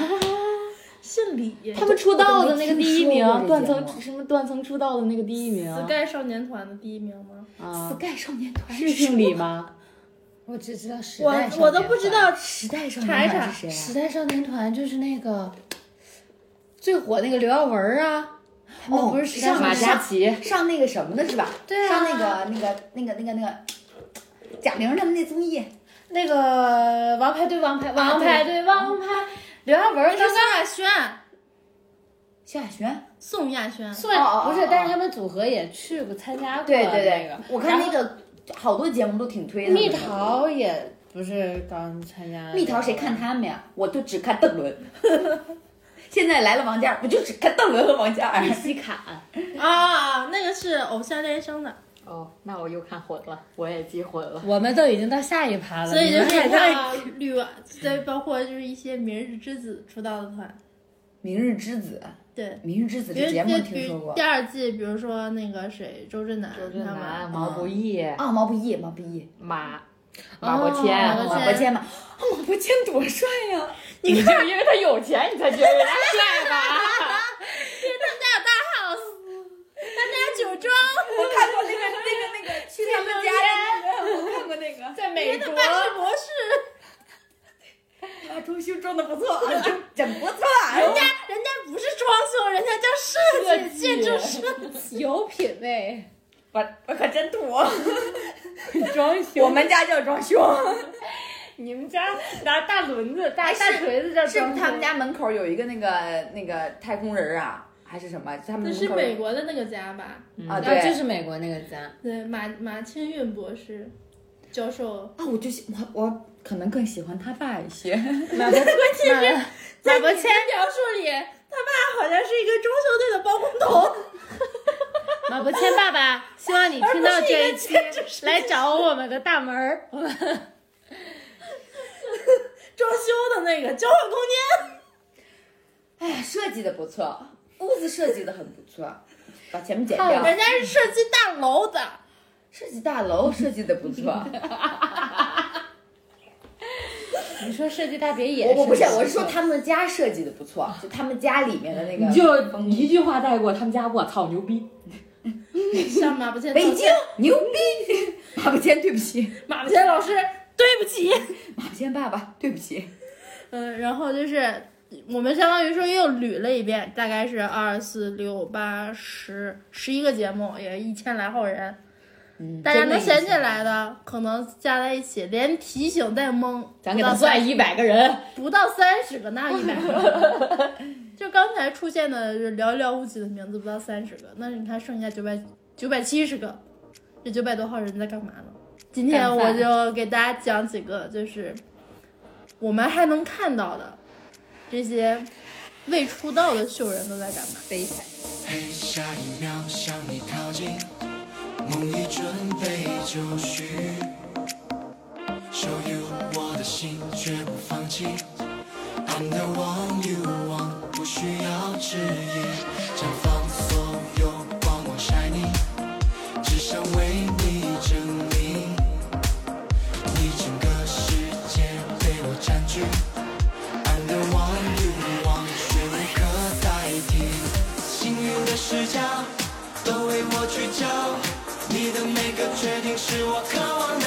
[SPEAKER 2] 姓李，
[SPEAKER 4] 他们出道的那个第一 名
[SPEAKER 1] 我，都没
[SPEAKER 4] 断
[SPEAKER 1] 听说过这节目
[SPEAKER 4] 层什么断层出道的那个第一名
[SPEAKER 2] Sky 少年团的第一名吗？
[SPEAKER 4] 啊，
[SPEAKER 1] Sky 少年团
[SPEAKER 4] 是姓李吗？
[SPEAKER 3] 我只知道时
[SPEAKER 2] 我
[SPEAKER 3] 代少年团，
[SPEAKER 2] 我都不知道
[SPEAKER 1] 时代少
[SPEAKER 2] 查
[SPEAKER 1] 年
[SPEAKER 2] 一查
[SPEAKER 1] 团是谁啊
[SPEAKER 3] 时代少年团就是那个最火那个刘耀文儿啊，他们
[SPEAKER 1] 哦
[SPEAKER 3] 不是时代少
[SPEAKER 1] 上
[SPEAKER 4] 马
[SPEAKER 3] 年
[SPEAKER 4] 嘉祺
[SPEAKER 1] 啊？上那个什么的是吧？
[SPEAKER 3] 对啊
[SPEAKER 1] 上那个那个那个那个那个贾玲他们那综艺，
[SPEAKER 5] 那个王牌对王
[SPEAKER 3] 啊
[SPEAKER 5] 牌，王牌对王牌，刘耀文
[SPEAKER 2] 是
[SPEAKER 5] 是
[SPEAKER 2] 萧亚轩、
[SPEAKER 1] 萧亚轩。
[SPEAKER 2] 宋亚 轩，
[SPEAKER 5] 宋
[SPEAKER 1] 哦哦哦
[SPEAKER 3] 不是，但是他们组合也去过参加过
[SPEAKER 1] 对对
[SPEAKER 3] 那
[SPEAKER 1] 对
[SPEAKER 3] 个，，
[SPEAKER 1] 我看那个好多节目都挺推的。
[SPEAKER 3] 蜜桃也不是刚参加那个，
[SPEAKER 1] 蜜桃谁看他们呀？我就只看邓伦。 现在来了王嘉尔，我就只看邓伦和王嘉尔。
[SPEAKER 4] 李西坎。
[SPEAKER 2] 啊，那个是偶像练习生的，
[SPEAKER 4] 哦，那我又看混了，我也记混了。
[SPEAKER 3] 我们都已经到下一趴了，
[SPEAKER 2] 所以就
[SPEAKER 3] 你们
[SPEAKER 2] 是
[SPEAKER 3] 还
[SPEAKER 2] 你
[SPEAKER 3] 在
[SPEAKER 2] 看啊绿瓦，再包括就是一些明日之子出道的团，
[SPEAKER 1] 明日之子，
[SPEAKER 2] 对。
[SPEAKER 1] 明日之子
[SPEAKER 2] 比
[SPEAKER 1] 这
[SPEAKER 2] 如
[SPEAKER 1] 节目
[SPEAKER 2] 这
[SPEAKER 1] 听
[SPEAKER 2] 比
[SPEAKER 1] 说
[SPEAKER 2] 如
[SPEAKER 1] 过
[SPEAKER 2] 第二季，比如说那个谁，周震南
[SPEAKER 4] 周震
[SPEAKER 2] 他
[SPEAKER 4] 南、
[SPEAKER 2] 们，
[SPEAKER 4] 毛不易、
[SPEAKER 1] 啊，毛不易，毛不易，
[SPEAKER 4] 马马
[SPEAKER 3] 哦
[SPEAKER 4] 伯骞，
[SPEAKER 2] 马
[SPEAKER 1] 马伯骞嘛， 啊，马伯骞多帅呀！
[SPEAKER 3] 啊
[SPEAKER 4] 你这个因为他有钱，你才觉得人家帅吧？
[SPEAKER 2] 那酒庄
[SPEAKER 1] 我看过那个那个那个去他们 家的，我看过那个。
[SPEAKER 5] 在美国，
[SPEAKER 2] 是博士，
[SPEAKER 1] 啊，装修装的不错，啊，真真不错啊。
[SPEAKER 2] 人家人家不是装修，人家叫设计建筑师。
[SPEAKER 3] 有品位，
[SPEAKER 1] 我我可真土， 啊
[SPEAKER 3] 装
[SPEAKER 1] 我
[SPEAKER 3] 修。
[SPEAKER 1] 们家叫装修。
[SPEAKER 4] 你们家拿大轮子、
[SPEAKER 2] 哎
[SPEAKER 4] 大大锤子叫
[SPEAKER 1] 是不
[SPEAKER 4] 装
[SPEAKER 1] 是
[SPEAKER 4] 修
[SPEAKER 1] 他们家门口有一个那个那个太空人儿啊，还是什么？他们
[SPEAKER 2] 那
[SPEAKER 1] 门
[SPEAKER 2] 是
[SPEAKER 1] 口
[SPEAKER 2] 美国的那个家吧？
[SPEAKER 4] 嗯
[SPEAKER 1] 啊，
[SPEAKER 3] 啊，
[SPEAKER 1] 对
[SPEAKER 3] 就，是美国那个家，
[SPEAKER 2] 对，马马清运博士教 授，
[SPEAKER 1] 啊，我就喜我我可能更喜欢他爸一些。
[SPEAKER 3] 马伯骞，
[SPEAKER 2] 马伯骞描述里，他爸好像是一个中球队的包工头，
[SPEAKER 3] 马伯骞爸爸，希望你听到这一期来找我们的大门儿。
[SPEAKER 2] 装修的那个交换空间。
[SPEAKER 1] 哎呀，设计的不错，屋子设计的很不错，把前面剪
[SPEAKER 4] 哎
[SPEAKER 3] 看
[SPEAKER 1] 掉。
[SPEAKER 2] 人家是设计大楼的，
[SPEAKER 1] 设计大楼设计的不错，
[SPEAKER 3] 你说设计大别野？
[SPEAKER 1] 我我不是，我是说他们家设计的不错，就他们家里面的那个。
[SPEAKER 4] 你就一句话带过他们家，我操，牛 逼！
[SPEAKER 2] 向马伯骞道
[SPEAKER 1] 北京
[SPEAKER 2] 歉。
[SPEAKER 1] 牛逼， 马不谦对不起，
[SPEAKER 2] 马伯骞老师，对不起。
[SPEAKER 1] 马不谦爸爸对不起。
[SPEAKER 2] 嗯，然后就是我们相当于说又捋了一遍，大概是二四六八十十一个节目，也一千来号人，
[SPEAKER 1] 嗯
[SPEAKER 2] 大家能想起来，的，可能加在一起，连提醒带蒙，
[SPEAKER 3] 咱给他算一百个人，
[SPEAKER 2] 不到三十个，那一百 个。就刚才出现的就是寥寥无几的名字，不到三十个。那你看剩下九百九百七十个，这九百多号人在干嘛呢？今天
[SPEAKER 3] 干
[SPEAKER 2] 我
[SPEAKER 3] 饭
[SPEAKER 2] 就给大家讲几个，就是我们还能看到的这些未出道的秀人都在干嘛。
[SPEAKER 3] 悲惨。
[SPEAKER 6] 嘿，下一秒向你靠近，梦已准备就绪，属于我的心绝不放弃。And I want you want，不需要质疑，将放松用光芒晒你，只想为你证明，你整个世界被我占据。And I want you want，绝无可代替，幸运的视角。都为我聚焦。你的每个决定是我渴望的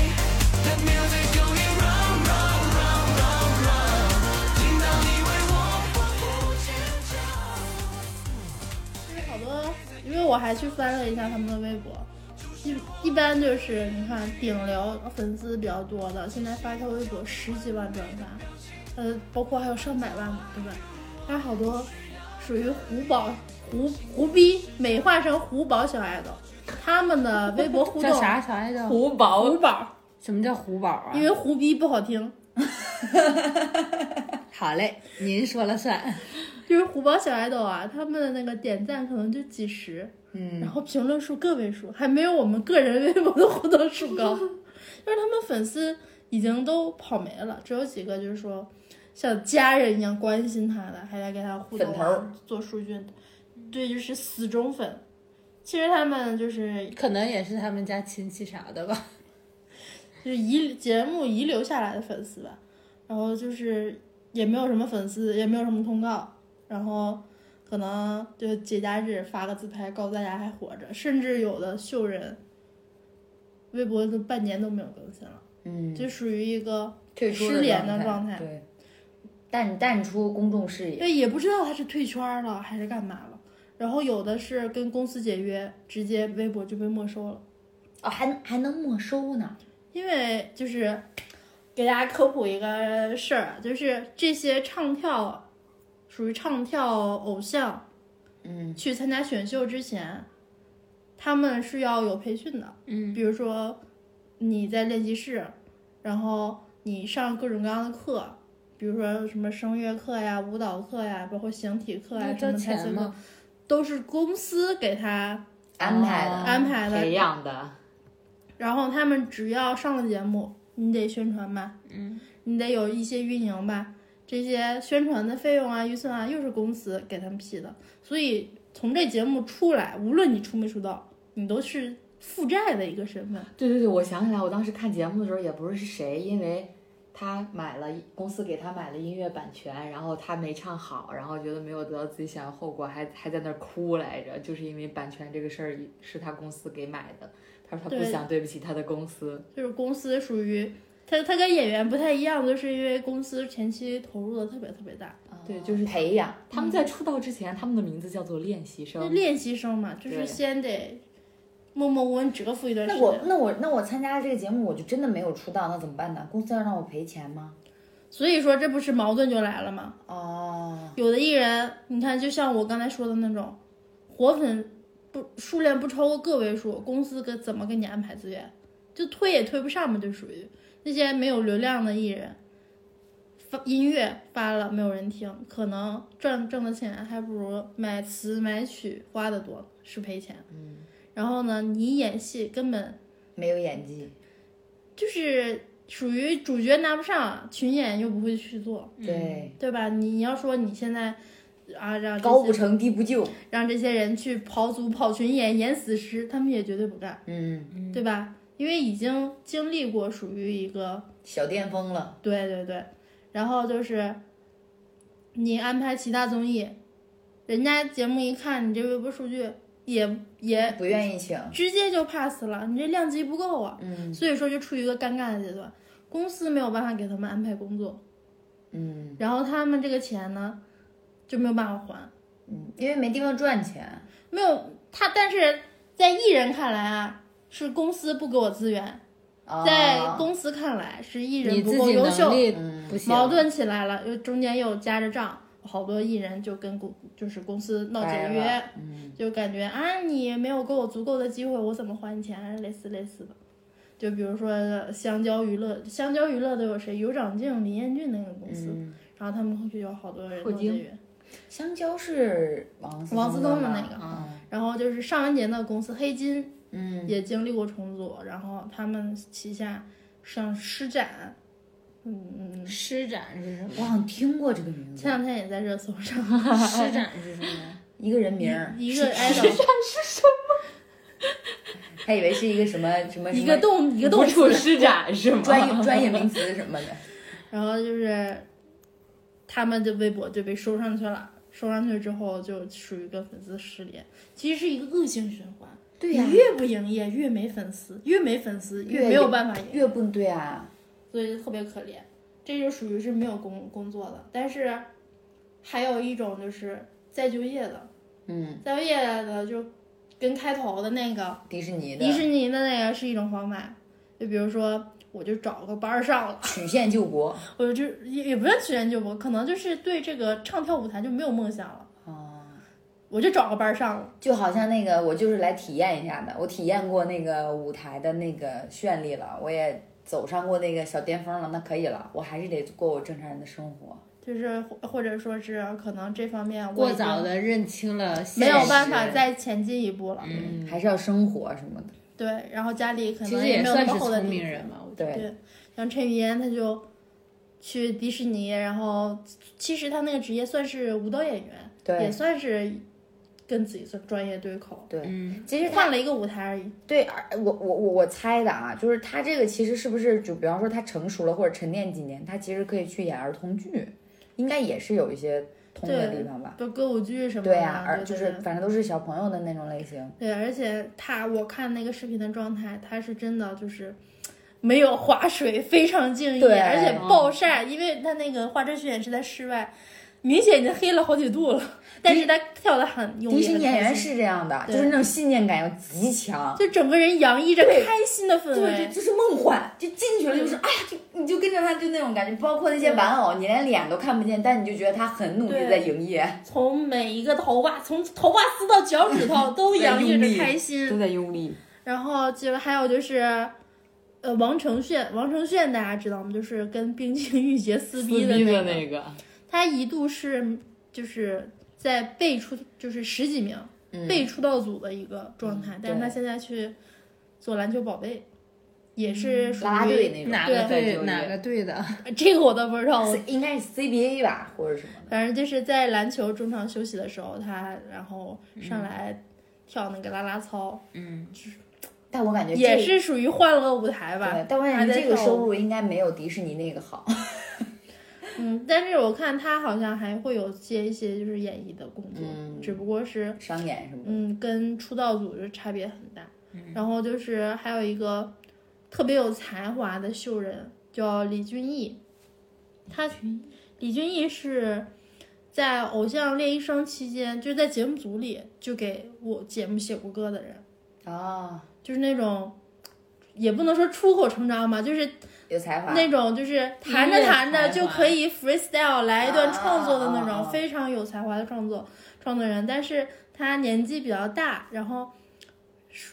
[SPEAKER 6] That music going round, round, round, round, round. 听到你为我欢呼尖叫。
[SPEAKER 2] 就是好多，因为我还去翻了一下他们的微博，一一般就是你看顶流粉丝比较多的，现在发一条微博十几万转发，呃，包括还有上百万的，对吧？还有好多属于胡宝胡胡逼美化成胡宝小爱豆，他们的微博 互
[SPEAKER 3] 叫
[SPEAKER 2] 动
[SPEAKER 3] 啥小爱豆？
[SPEAKER 4] 胡宝
[SPEAKER 2] 胡宝，
[SPEAKER 3] 什么叫胡宝啊
[SPEAKER 2] 因？为胡逼不好听，
[SPEAKER 3] 好嘞，您说 了算。
[SPEAKER 2] 就是胡宝小爱豆啊，他们的那个点赞可能就几十，
[SPEAKER 1] 嗯
[SPEAKER 2] 然后评论数个位数，还没有我们个人 微博的互动数 高。就是他们粉丝已经都跑没了，只有几个就是说像家人一样关心他的，还来给他互动、
[SPEAKER 1] 粉头儿
[SPEAKER 2] 啊、做数据，对，就是死忠粉。其实他们就是
[SPEAKER 3] 可能也是他们家亲戚啥的吧。
[SPEAKER 2] 就是遗节目遗留下来的粉丝吧，然后就是也没有什么粉丝，也没有什么通告，然后可能就节假日发个自拍，告诉大家还活着，甚至有的秀人微博都半年都没有更新了，
[SPEAKER 1] 嗯，
[SPEAKER 2] 就属于一个
[SPEAKER 1] 退出
[SPEAKER 2] 失联的
[SPEAKER 1] 状
[SPEAKER 2] 状态
[SPEAKER 1] 对，淡淡出公众视野。
[SPEAKER 2] 对，也不知道他是退圈儿了还是干嘛了，然后有的是跟公司解约，直接微博就被没收了。
[SPEAKER 1] 哦，还还能没收呢？
[SPEAKER 2] 因为就是给大家科普一个事儿，啊就是这些唱跳属于唱跳偶像
[SPEAKER 1] 嗯，
[SPEAKER 2] 去参加选秀之前，他们是要有培训的，
[SPEAKER 3] 嗯，
[SPEAKER 2] 比如说你在练习室，然后你上各种各样的课。比如说什么声乐课呀、舞蹈课呀，包括形体课呀
[SPEAKER 3] 那，
[SPEAKER 2] 什么
[SPEAKER 3] 交
[SPEAKER 2] 台
[SPEAKER 3] 钱
[SPEAKER 2] 词课
[SPEAKER 3] 吗，？啊
[SPEAKER 2] 都是公司给他
[SPEAKER 1] 安排的。
[SPEAKER 2] 安排的。
[SPEAKER 4] 培养的，
[SPEAKER 2] 然后他们只要上了节目，你得宣传吧，嗯，你得有一些运营吧，这些宣传的费用啊、预算啊，又是公司给他们批的，所以从这节目出来，无论你出没出道，你都是负债的一个身份。
[SPEAKER 4] 对对对，我想起来，我当时看节目的时候也不是是谁，因为他买了公司给他买了音乐版权，然后他没唱好，然后觉得没有得到自己想要后果，还还在那儿哭来着，就是因为版权这个事儿是他公司给买的，他说他不
[SPEAKER 2] 对
[SPEAKER 4] 想对不起他的公司，
[SPEAKER 2] 就是公司属于他，他跟演员不太一样，就是因为公司前期投入的特别特别大，
[SPEAKER 4] 对，就是
[SPEAKER 1] 培养。
[SPEAKER 4] 他们在出道之前，他们的名字叫做练习
[SPEAKER 2] 就
[SPEAKER 4] 生，
[SPEAKER 2] 嗯练习生嘛，就
[SPEAKER 4] 对
[SPEAKER 2] 是先得默默无闻蛰伏一段时
[SPEAKER 1] 那
[SPEAKER 2] 间。
[SPEAKER 1] 我那我那我参加了这个节目，我就真的没有出道，那怎么办呢？公司要让我赔钱吗？
[SPEAKER 2] 所以说这不是矛盾就来了吗？
[SPEAKER 1] 哦，
[SPEAKER 2] 有的艺人，你看，就像我刚才说的那种，活粉不数量不超过个位数，公司给怎么给你安排资源，就推也推不上嘛，就属于那些没有流量的艺人，发音乐发了没有人听，可能赚挣的钱还不如买词买曲花的多，是赔钱。嗯，然后呢，你演戏根本
[SPEAKER 1] 没有演技，
[SPEAKER 2] 就是属于主角拿不上，群演又不会去做，
[SPEAKER 1] 对，
[SPEAKER 2] 对吧？你你要说你现在。啊，让这
[SPEAKER 1] 高
[SPEAKER 2] 些
[SPEAKER 1] 不成低不就。
[SPEAKER 2] 让这些人去跑组、跑群演、演死尸，他们也绝对不干，
[SPEAKER 1] 嗯，
[SPEAKER 2] 对吧？因为已经经历过属于一个
[SPEAKER 1] 小巅峰了。
[SPEAKER 2] 对对对，然后就是你安排其他综艺，人家节目一看你这微博数据也也
[SPEAKER 1] 不愿意请，
[SPEAKER 2] 直接就 pass 了，你这量级不够啊，
[SPEAKER 1] 嗯
[SPEAKER 2] 所以说就处于一个尴尬的阶段，公司没有办法给他们安排工作，
[SPEAKER 1] 嗯
[SPEAKER 2] 然后他们这个钱呢就没有办法还，
[SPEAKER 1] 嗯，因为没地方赚钱，
[SPEAKER 2] 没有他，但是在艺人看来啊，是公司不给我资源，
[SPEAKER 1] 啊
[SPEAKER 2] 在公司看来是艺
[SPEAKER 3] 你
[SPEAKER 2] 人不
[SPEAKER 3] 自
[SPEAKER 2] 够
[SPEAKER 3] 己
[SPEAKER 2] 优
[SPEAKER 3] 能
[SPEAKER 2] 秀，
[SPEAKER 3] 力
[SPEAKER 1] 嗯
[SPEAKER 3] 不行，
[SPEAKER 2] 矛盾起来了，又中间又加着账，好多艺人就跟公就是公司闹解
[SPEAKER 1] 掰
[SPEAKER 2] 约
[SPEAKER 3] 哎
[SPEAKER 1] 了，嗯
[SPEAKER 2] 就感觉啊你没有给我足够的机会，我怎么还你钱？类似类似的。就比如说香蕉娱乐，香蕉娱乐都有谁？尤长靖、林彦俊那个公司，
[SPEAKER 1] 嗯，
[SPEAKER 2] 然后他们就有好多人
[SPEAKER 4] 霍
[SPEAKER 2] 闹解
[SPEAKER 4] 金
[SPEAKER 2] 约。
[SPEAKER 1] 香蕉是王思
[SPEAKER 2] 王思
[SPEAKER 1] 聪
[SPEAKER 2] 聪的
[SPEAKER 1] 吗
[SPEAKER 2] 那个啊
[SPEAKER 1] 嗯
[SPEAKER 2] 然后就是尚雯婕那个公司黑金
[SPEAKER 1] 嗯，
[SPEAKER 2] 也经历过重组，然后他们旗下像施展，嗯嗯，
[SPEAKER 3] 施展是什么？
[SPEAKER 1] 我好像听过这个名字
[SPEAKER 2] 前，两天也在热搜上，
[SPEAKER 3] 施展是什么？
[SPEAKER 1] 一个人名儿，
[SPEAKER 2] 一个 idol，
[SPEAKER 1] 还以为是一个什么什么
[SPEAKER 2] 一个
[SPEAKER 1] 动
[SPEAKER 2] 动一个
[SPEAKER 4] 无
[SPEAKER 2] 动
[SPEAKER 4] 处
[SPEAKER 2] 词，
[SPEAKER 4] 施展是吗？
[SPEAKER 1] 专 业专业名词什么的，
[SPEAKER 2] 然后就是他们的微博就被收上去了，收上去之后就属于跟粉丝失联，其实是一个恶性循环。
[SPEAKER 1] 对
[SPEAKER 2] 你越不营业，越没粉丝，越没粉丝，
[SPEAKER 1] 越
[SPEAKER 2] 越没有办法营业。
[SPEAKER 1] 越不对啊，
[SPEAKER 2] 所以就特别可怜。这就属于是没有工工作的，但是还有一种就是再就业的，
[SPEAKER 1] 嗯，
[SPEAKER 2] 再就业的就跟开头的那个
[SPEAKER 1] 迪士尼的
[SPEAKER 2] 迪士尼的那个是一种方法，就比如说我就找个班儿上了，
[SPEAKER 1] 曲线救国
[SPEAKER 2] 我就也也不算曲线救国，可能就是对这个唱跳舞台就没有梦想了，
[SPEAKER 1] 啊，
[SPEAKER 2] 我就找个班儿上了，
[SPEAKER 1] 就好像那个我就是来体验一下的，我体验过那个舞台的那个绚丽了，我也走上过那个小巅峰了，那可以了，我还是得过我正常人的生活。
[SPEAKER 2] 就是或或者说是可能这方面我
[SPEAKER 3] 过
[SPEAKER 2] 已经
[SPEAKER 3] 早的认清了现
[SPEAKER 2] 没有办
[SPEAKER 3] 实
[SPEAKER 2] 法再前进一步了，
[SPEAKER 1] 嗯，还是要生活什么的。
[SPEAKER 2] 对，然后家里可
[SPEAKER 3] 其
[SPEAKER 2] 能
[SPEAKER 3] 实
[SPEAKER 2] 没有那
[SPEAKER 3] 算
[SPEAKER 2] 么
[SPEAKER 3] 是
[SPEAKER 2] 厚的
[SPEAKER 3] 聪
[SPEAKER 2] 底
[SPEAKER 3] 明
[SPEAKER 2] 子
[SPEAKER 3] 人吧，我觉
[SPEAKER 1] 对，
[SPEAKER 2] 对，像陈语嫣，她就去迪士尼，然后其实她那个职业算是舞蹈演员，
[SPEAKER 1] 对
[SPEAKER 2] 也算是跟自己的专业对口，
[SPEAKER 1] 对
[SPEAKER 3] 得。嗯，
[SPEAKER 1] 其实他
[SPEAKER 2] 换了一个舞台而已。
[SPEAKER 1] 对，而我我我我猜的啊，就是他这个其实是不是就比方说他成熟了或者沉淀几年，他其实可以去演儿童剧，应该也是有一些通的地方吧？
[SPEAKER 2] 就歌舞剧什么的，
[SPEAKER 1] 啊对呀、而
[SPEAKER 2] 对
[SPEAKER 1] 就是
[SPEAKER 2] 对
[SPEAKER 1] 反正都是小朋友的那种类型。
[SPEAKER 2] 对，而且她，我看那个视频的状态，她是真的就是。没有划水，非常敬业，
[SPEAKER 1] 对
[SPEAKER 2] 而且暴晒，因为她那个花车巡演是在室外，明显已经黑了好几度了，但是她跳的很用力，
[SPEAKER 1] 迪士尼
[SPEAKER 2] 很
[SPEAKER 1] 演
[SPEAKER 2] 开
[SPEAKER 1] 员
[SPEAKER 2] 心
[SPEAKER 1] 是这样的，就
[SPEAKER 2] 对
[SPEAKER 1] 是那种信念感要极强，
[SPEAKER 2] 就整个人洋溢着
[SPEAKER 1] 对
[SPEAKER 2] 开心的氛
[SPEAKER 1] 对，
[SPEAKER 2] 围
[SPEAKER 1] 就，就是梦幻，就进去了就是
[SPEAKER 2] 嗯
[SPEAKER 1] 哎呀，就你就跟着他就那种感觉，包括那些玩偶，你连脸都看不见，但你就觉得他很努力
[SPEAKER 2] 对
[SPEAKER 1] 在营业，
[SPEAKER 2] 从每一个头发，从头发丝到脚趾头都洋溢着开
[SPEAKER 4] 都
[SPEAKER 2] 心。
[SPEAKER 4] 在用力。
[SPEAKER 2] 然后就还有就是，呃，王承炫，王承炫大家知道吗？就是跟冰清玉洁撕逼的那个，
[SPEAKER 4] 个，
[SPEAKER 2] 他一度是就是在被出，就是十几名、被出道组的一个状态，但是他
[SPEAKER 1] 对
[SPEAKER 2] 现在去做篮球宝贝，也是属于
[SPEAKER 1] 啦啦队那种，
[SPEAKER 3] 哪
[SPEAKER 2] 对
[SPEAKER 3] 个
[SPEAKER 1] 对
[SPEAKER 3] 队嗯哪个队的？
[SPEAKER 2] 这个我倒不知道，我
[SPEAKER 1] C- 应该是 CBA 吧，或者什么的。
[SPEAKER 2] 反正就是在篮球中场休息的时候，他然后上来跳那个啦啦操，
[SPEAKER 3] 嗯，
[SPEAKER 1] 但我感觉这
[SPEAKER 2] 也是属于换了个舞台
[SPEAKER 1] 对
[SPEAKER 2] 吧。，
[SPEAKER 1] 但我感
[SPEAKER 2] 还
[SPEAKER 1] 觉
[SPEAKER 2] 在
[SPEAKER 1] 这个
[SPEAKER 2] 跳
[SPEAKER 1] 收
[SPEAKER 2] 舞
[SPEAKER 1] 入应该没有迪士尼那个好。
[SPEAKER 2] 嗯，但是我看他好像还会有接一些就是演艺的工作，
[SPEAKER 1] 嗯
[SPEAKER 2] 只不过是
[SPEAKER 1] 商演什么的，
[SPEAKER 2] 嗯跟出道组就差别很大。
[SPEAKER 1] 嗯
[SPEAKER 2] 然后就是还有一个特别有才华的秀人叫李俊毅，他李俊毅是在《偶像练习生》期间，就是在节目组里就给我节目写过歌的人。
[SPEAKER 1] 哦，
[SPEAKER 2] 就是那种，也不能说出口成章吧，就是
[SPEAKER 1] 有才华，
[SPEAKER 2] 那种就是弹
[SPEAKER 3] 音
[SPEAKER 2] 着
[SPEAKER 3] 乐
[SPEAKER 2] 弹着
[SPEAKER 3] 才华
[SPEAKER 2] 就可以 freestyle 来一段创作的那
[SPEAKER 1] 啊啊啊
[SPEAKER 2] 种
[SPEAKER 1] 啊
[SPEAKER 2] 非常有才华的创作创作人，但是他年纪比较大，然后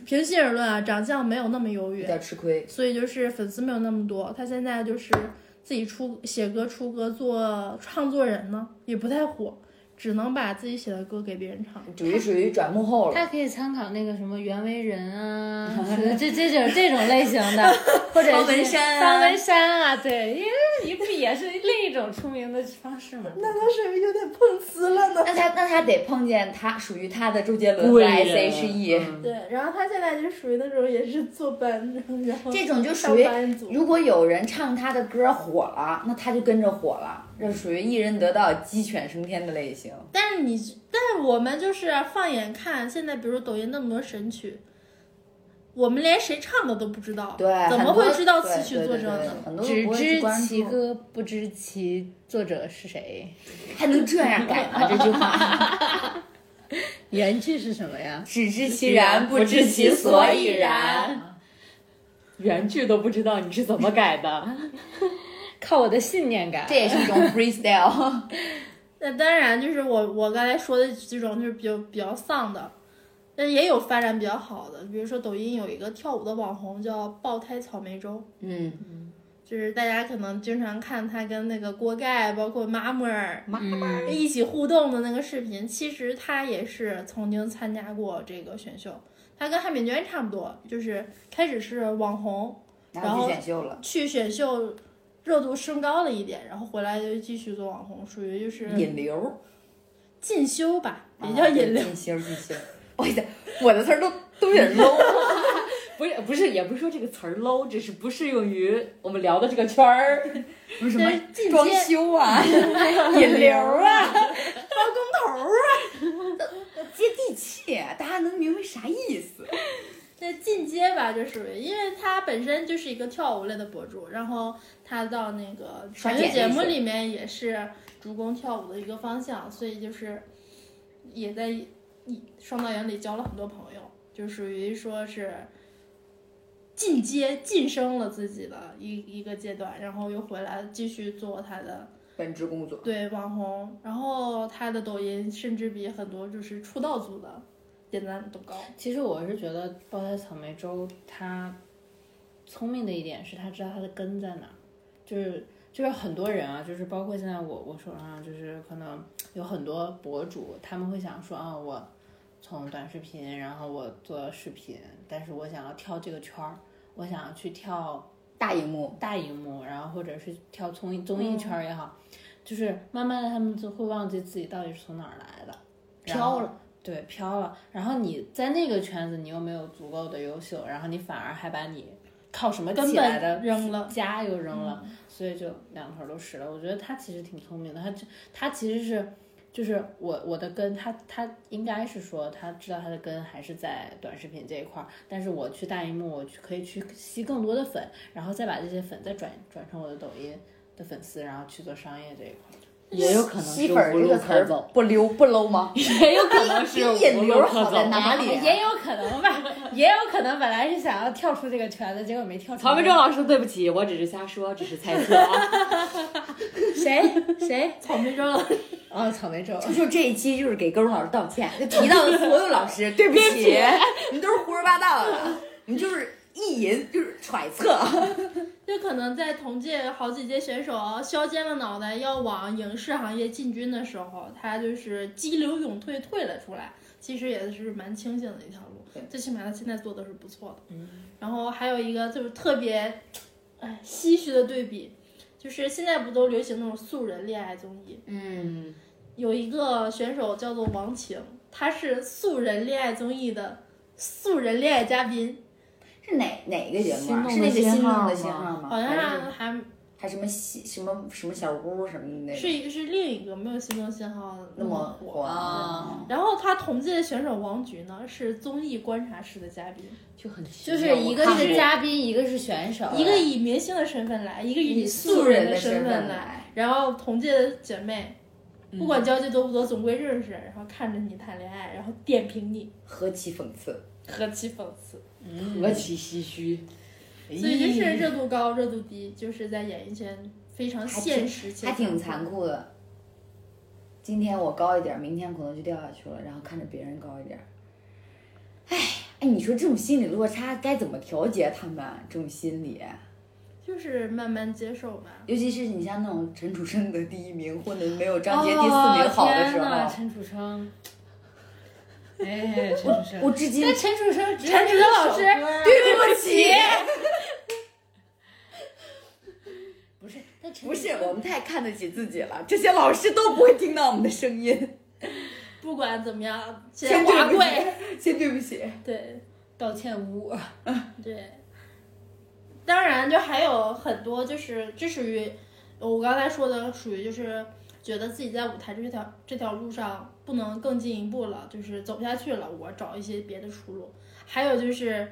[SPEAKER 2] 平心而论啊，长相没有那么优
[SPEAKER 1] 比
[SPEAKER 2] 越，
[SPEAKER 1] 较吃亏。
[SPEAKER 2] 所以就是粉丝没有那么多。他现在就是自己出写歌出歌做创作人呢，也不太火，只能把自己写的歌给别人唱。
[SPEAKER 1] 属于属于转幕后了，
[SPEAKER 3] 他可以参考那个什么袁惟仁 啊，这这种这种类型 的，或者
[SPEAKER 1] 方文
[SPEAKER 3] 是
[SPEAKER 1] 山啊
[SPEAKER 3] 方文山啊，对，因为你不也是另一种出名的方式嘛？
[SPEAKER 1] 那他那他得碰见他属于他的周杰伦和
[SPEAKER 4] 贵人
[SPEAKER 2] E
[SPEAKER 4] 嗯
[SPEAKER 1] S.H.E，
[SPEAKER 2] 对，然后他现在就属于那种也是坐班，然后
[SPEAKER 1] 这种就属
[SPEAKER 2] 上
[SPEAKER 1] 于
[SPEAKER 2] 班族
[SPEAKER 1] 如果有人唱他的歌火了，那他就跟着火了，这属于一人得道鸡犬升天的类型。
[SPEAKER 2] 但是你，但是我们就是放眼看，现在比如抖音那么多神曲，我们连谁唱的都不知道，
[SPEAKER 1] 对，
[SPEAKER 2] 怎
[SPEAKER 1] 很
[SPEAKER 2] 么
[SPEAKER 1] 多
[SPEAKER 2] 会知道
[SPEAKER 1] 对
[SPEAKER 2] 词曲
[SPEAKER 1] 对
[SPEAKER 2] 作
[SPEAKER 1] 对
[SPEAKER 2] 者
[SPEAKER 1] 对
[SPEAKER 2] 呢？
[SPEAKER 1] 很多都
[SPEAKER 3] 只
[SPEAKER 1] 不会去
[SPEAKER 3] 知
[SPEAKER 1] 关
[SPEAKER 3] 其
[SPEAKER 1] 注，
[SPEAKER 3] 歌，不知其作者是谁。
[SPEAKER 1] 还能这样改吗？这句话？
[SPEAKER 3] 原句是什么呀？
[SPEAKER 1] 只知其然，不知其所以然。
[SPEAKER 4] 原句都不知道你是怎么改的。
[SPEAKER 3] 靠我的信念改。
[SPEAKER 1] 这也 是一种 freestyle。
[SPEAKER 2] 那当然就是我我刚才说的这种就是比较比较丧的，但也有发展比较好的，比如说抖音有一个跳舞的网红叫爆胎草莓粥，
[SPEAKER 1] 嗯，
[SPEAKER 2] 就是大家可能经常看他跟那个锅盖，包括妈木儿
[SPEAKER 3] 嗯，
[SPEAKER 2] 一起互动的那个视频，其实他也是曾经参加过这个选秀，他跟汉敏娟差不多，就是开始是网红，
[SPEAKER 1] 然后去选秀了，
[SPEAKER 2] 去选秀热度升高了一点，然后回来就继续做网红，属于就是
[SPEAKER 1] 引流，啊
[SPEAKER 2] 进修吧，也叫引流。
[SPEAKER 1] 进修进修。哇塞， 我的词儿都都有点 low。
[SPEAKER 4] 不是不是，也不是说这个词儿 low，只是不适用于我们聊的这个圈儿。不是什么
[SPEAKER 2] 但是进阶
[SPEAKER 1] 装修 啊，引流 啊，
[SPEAKER 2] 包工头儿，
[SPEAKER 1] 接地气，大家能明白啥意思？
[SPEAKER 2] 这进阶吧，就属于，因为他本身就是一个跳舞类的博主，然后他到那个
[SPEAKER 1] 刷
[SPEAKER 2] 选秀
[SPEAKER 1] 简历
[SPEAKER 2] 节目
[SPEAKER 1] 是
[SPEAKER 2] 里面也是主攻跳舞的一个方向，所以就是也在一双道营里交了很多朋友，就属于说是进阶晋升了自己的一一个阶段，然后又回来继续做他的
[SPEAKER 1] 本职工作，
[SPEAKER 2] 对网红，然后他的抖音甚至比很多就是出道组的点赞都高。
[SPEAKER 3] 其实我是觉得爆胎草莓粥，他聪明的一点是他知道他的根在哪儿，就是就是很多人啊，就是包括现在我我手上就是可能有很多博主，他们会想说啊，我从短视频，然后我做视频，但是我想要跳这个圈儿，我想要去跳
[SPEAKER 1] 大荧幕
[SPEAKER 3] 大荧幕，然后或者是跳综艺综艺圈儿也好，就是慢慢的他们就会忘记自己到底是从哪儿来的，然后
[SPEAKER 1] 飘了。
[SPEAKER 3] 对，飘了。然后你在那个圈子，你又没有足够的优秀，然后你反而还把你靠什么
[SPEAKER 2] 根
[SPEAKER 3] 起
[SPEAKER 2] 本
[SPEAKER 3] 来
[SPEAKER 2] 嗯
[SPEAKER 3] 的
[SPEAKER 2] 扔了，
[SPEAKER 3] 家又扔了，所以就两头都湿了。我觉得他其实挺聪明的，他就他其实是就是我我的根，他他应该是说他知道他的根还是在短视频这一块儿，但是我去大荧幕，我去可以去吸更多的粉，然后再把这些粉再转转成我的抖音的粉丝，然后去做商业这一块儿。
[SPEAKER 4] 也有可能
[SPEAKER 1] 吸
[SPEAKER 4] 是
[SPEAKER 1] 粉儿
[SPEAKER 4] 无
[SPEAKER 1] 这
[SPEAKER 4] 路
[SPEAKER 1] 个词
[SPEAKER 4] 可
[SPEAKER 1] 儿
[SPEAKER 4] 走，
[SPEAKER 1] 不溜不 low 吗？
[SPEAKER 3] 也有可 能是
[SPEAKER 1] 比引流好在哪里 啊？
[SPEAKER 3] 也有可能吧，也有可能本来是想要跳出这个圈子，结果没跳出来。
[SPEAKER 4] 曹文正老师，对不起，我只是瞎说，只是猜测啊。
[SPEAKER 3] 谁谁？
[SPEAKER 2] 草莓扔了。
[SPEAKER 3] 哦，草莓粥。
[SPEAKER 1] 就就这一期就是给高中老师道歉，就提到的所有老师，对不起， 你们都是胡说八道的，你们就是意淫，就是揣测。
[SPEAKER 2] 就可能在同届好几届选手削尖了脑袋要往影视行业进军的时候，他就是激流勇退退了出来，其实也是蛮清醒的一条路
[SPEAKER 1] 对。
[SPEAKER 2] 最起码他现在做的是不错的。然后还有一个就是特别，哎，唏嘘的对比，就是现在不都流行那种素人恋爱综艺？
[SPEAKER 1] 嗯，
[SPEAKER 2] 有一个选手叫做王晴，她是素人恋爱综艺的素人恋爱嘉宾，
[SPEAKER 1] 是哪哪个节目啊？是那
[SPEAKER 4] 心动的
[SPEAKER 1] 个心
[SPEAKER 4] 信
[SPEAKER 1] 动
[SPEAKER 4] 号
[SPEAKER 1] 的信
[SPEAKER 4] 吗
[SPEAKER 1] 号吗？
[SPEAKER 2] 好
[SPEAKER 1] 啊
[SPEAKER 2] 像
[SPEAKER 1] 还是
[SPEAKER 2] 还还
[SPEAKER 1] 还什么西什么什么小屋什么的那个
[SPEAKER 2] 是一是另一个没有心动信号
[SPEAKER 1] 那么火嗯
[SPEAKER 4] 啊
[SPEAKER 2] 然后他同届的选手王菊呢，是综艺观察室的嘉宾，
[SPEAKER 4] 就很奇
[SPEAKER 3] 就
[SPEAKER 4] 妙
[SPEAKER 3] 是一个是，
[SPEAKER 4] 我看过
[SPEAKER 3] 嘉宾，一个是选手，
[SPEAKER 2] 一个以明星的身份来，一个以
[SPEAKER 1] 呃素
[SPEAKER 2] 人
[SPEAKER 1] 人
[SPEAKER 2] 的
[SPEAKER 1] 的
[SPEAKER 2] 身
[SPEAKER 1] 身份
[SPEAKER 2] 来，
[SPEAKER 1] 来，
[SPEAKER 2] 然后同届的姐妹，不管交集多不多，总归认识，然后看着你谈恋爱，然后点评你，
[SPEAKER 1] 何其讽刺，
[SPEAKER 2] 何其讽刺！
[SPEAKER 4] 何其唏嘘。哎
[SPEAKER 2] 所以就是热度高，热度低，就是在演艺圈非常
[SPEAKER 1] 还挺
[SPEAKER 2] 现实且
[SPEAKER 1] 还挺残酷的。今天我高一点儿，明天可能就掉下去了，然后看着别人高一点儿。哎，哎，你说这种心理落差该怎么调节？他们啊这种心理，
[SPEAKER 2] 就是慢慢接受吧。
[SPEAKER 1] 尤其是你像那种陈楚生得第一名，或者没有张杰第四名好的时
[SPEAKER 3] 哦天哪
[SPEAKER 1] 候，
[SPEAKER 3] 陈楚生，哎，陈楚生，
[SPEAKER 1] 我至今
[SPEAKER 3] 那陈楚生，
[SPEAKER 2] 陈楚生老师
[SPEAKER 1] 对不起，
[SPEAKER 3] 不是，那陈
[SPEAKER 1] 不是我们太看得起自己了，这些老师都不会听到我们的声音，
[SPEAKER 2] 不管怎么样，
[SPEAKER 1] 先
[SPEAKER 2] 先
[SPEAKER 1] 对
[SPEAKER 2] 华
[SPEAKER 1] 不
[SPEAKER 2] 贵，
[SPEAKER 1] 起， 先对不起。
[SPEAKER 2] 对。
[SPEAKER 3] 道歉屋，
[SPEAKER 2] 对，当然就还有很多，就是这属于我刚才说的，属于就是觉得自己在舞台这条这条路上不能更进一步了，就是走不下去了，我找一些别的出路。还有就是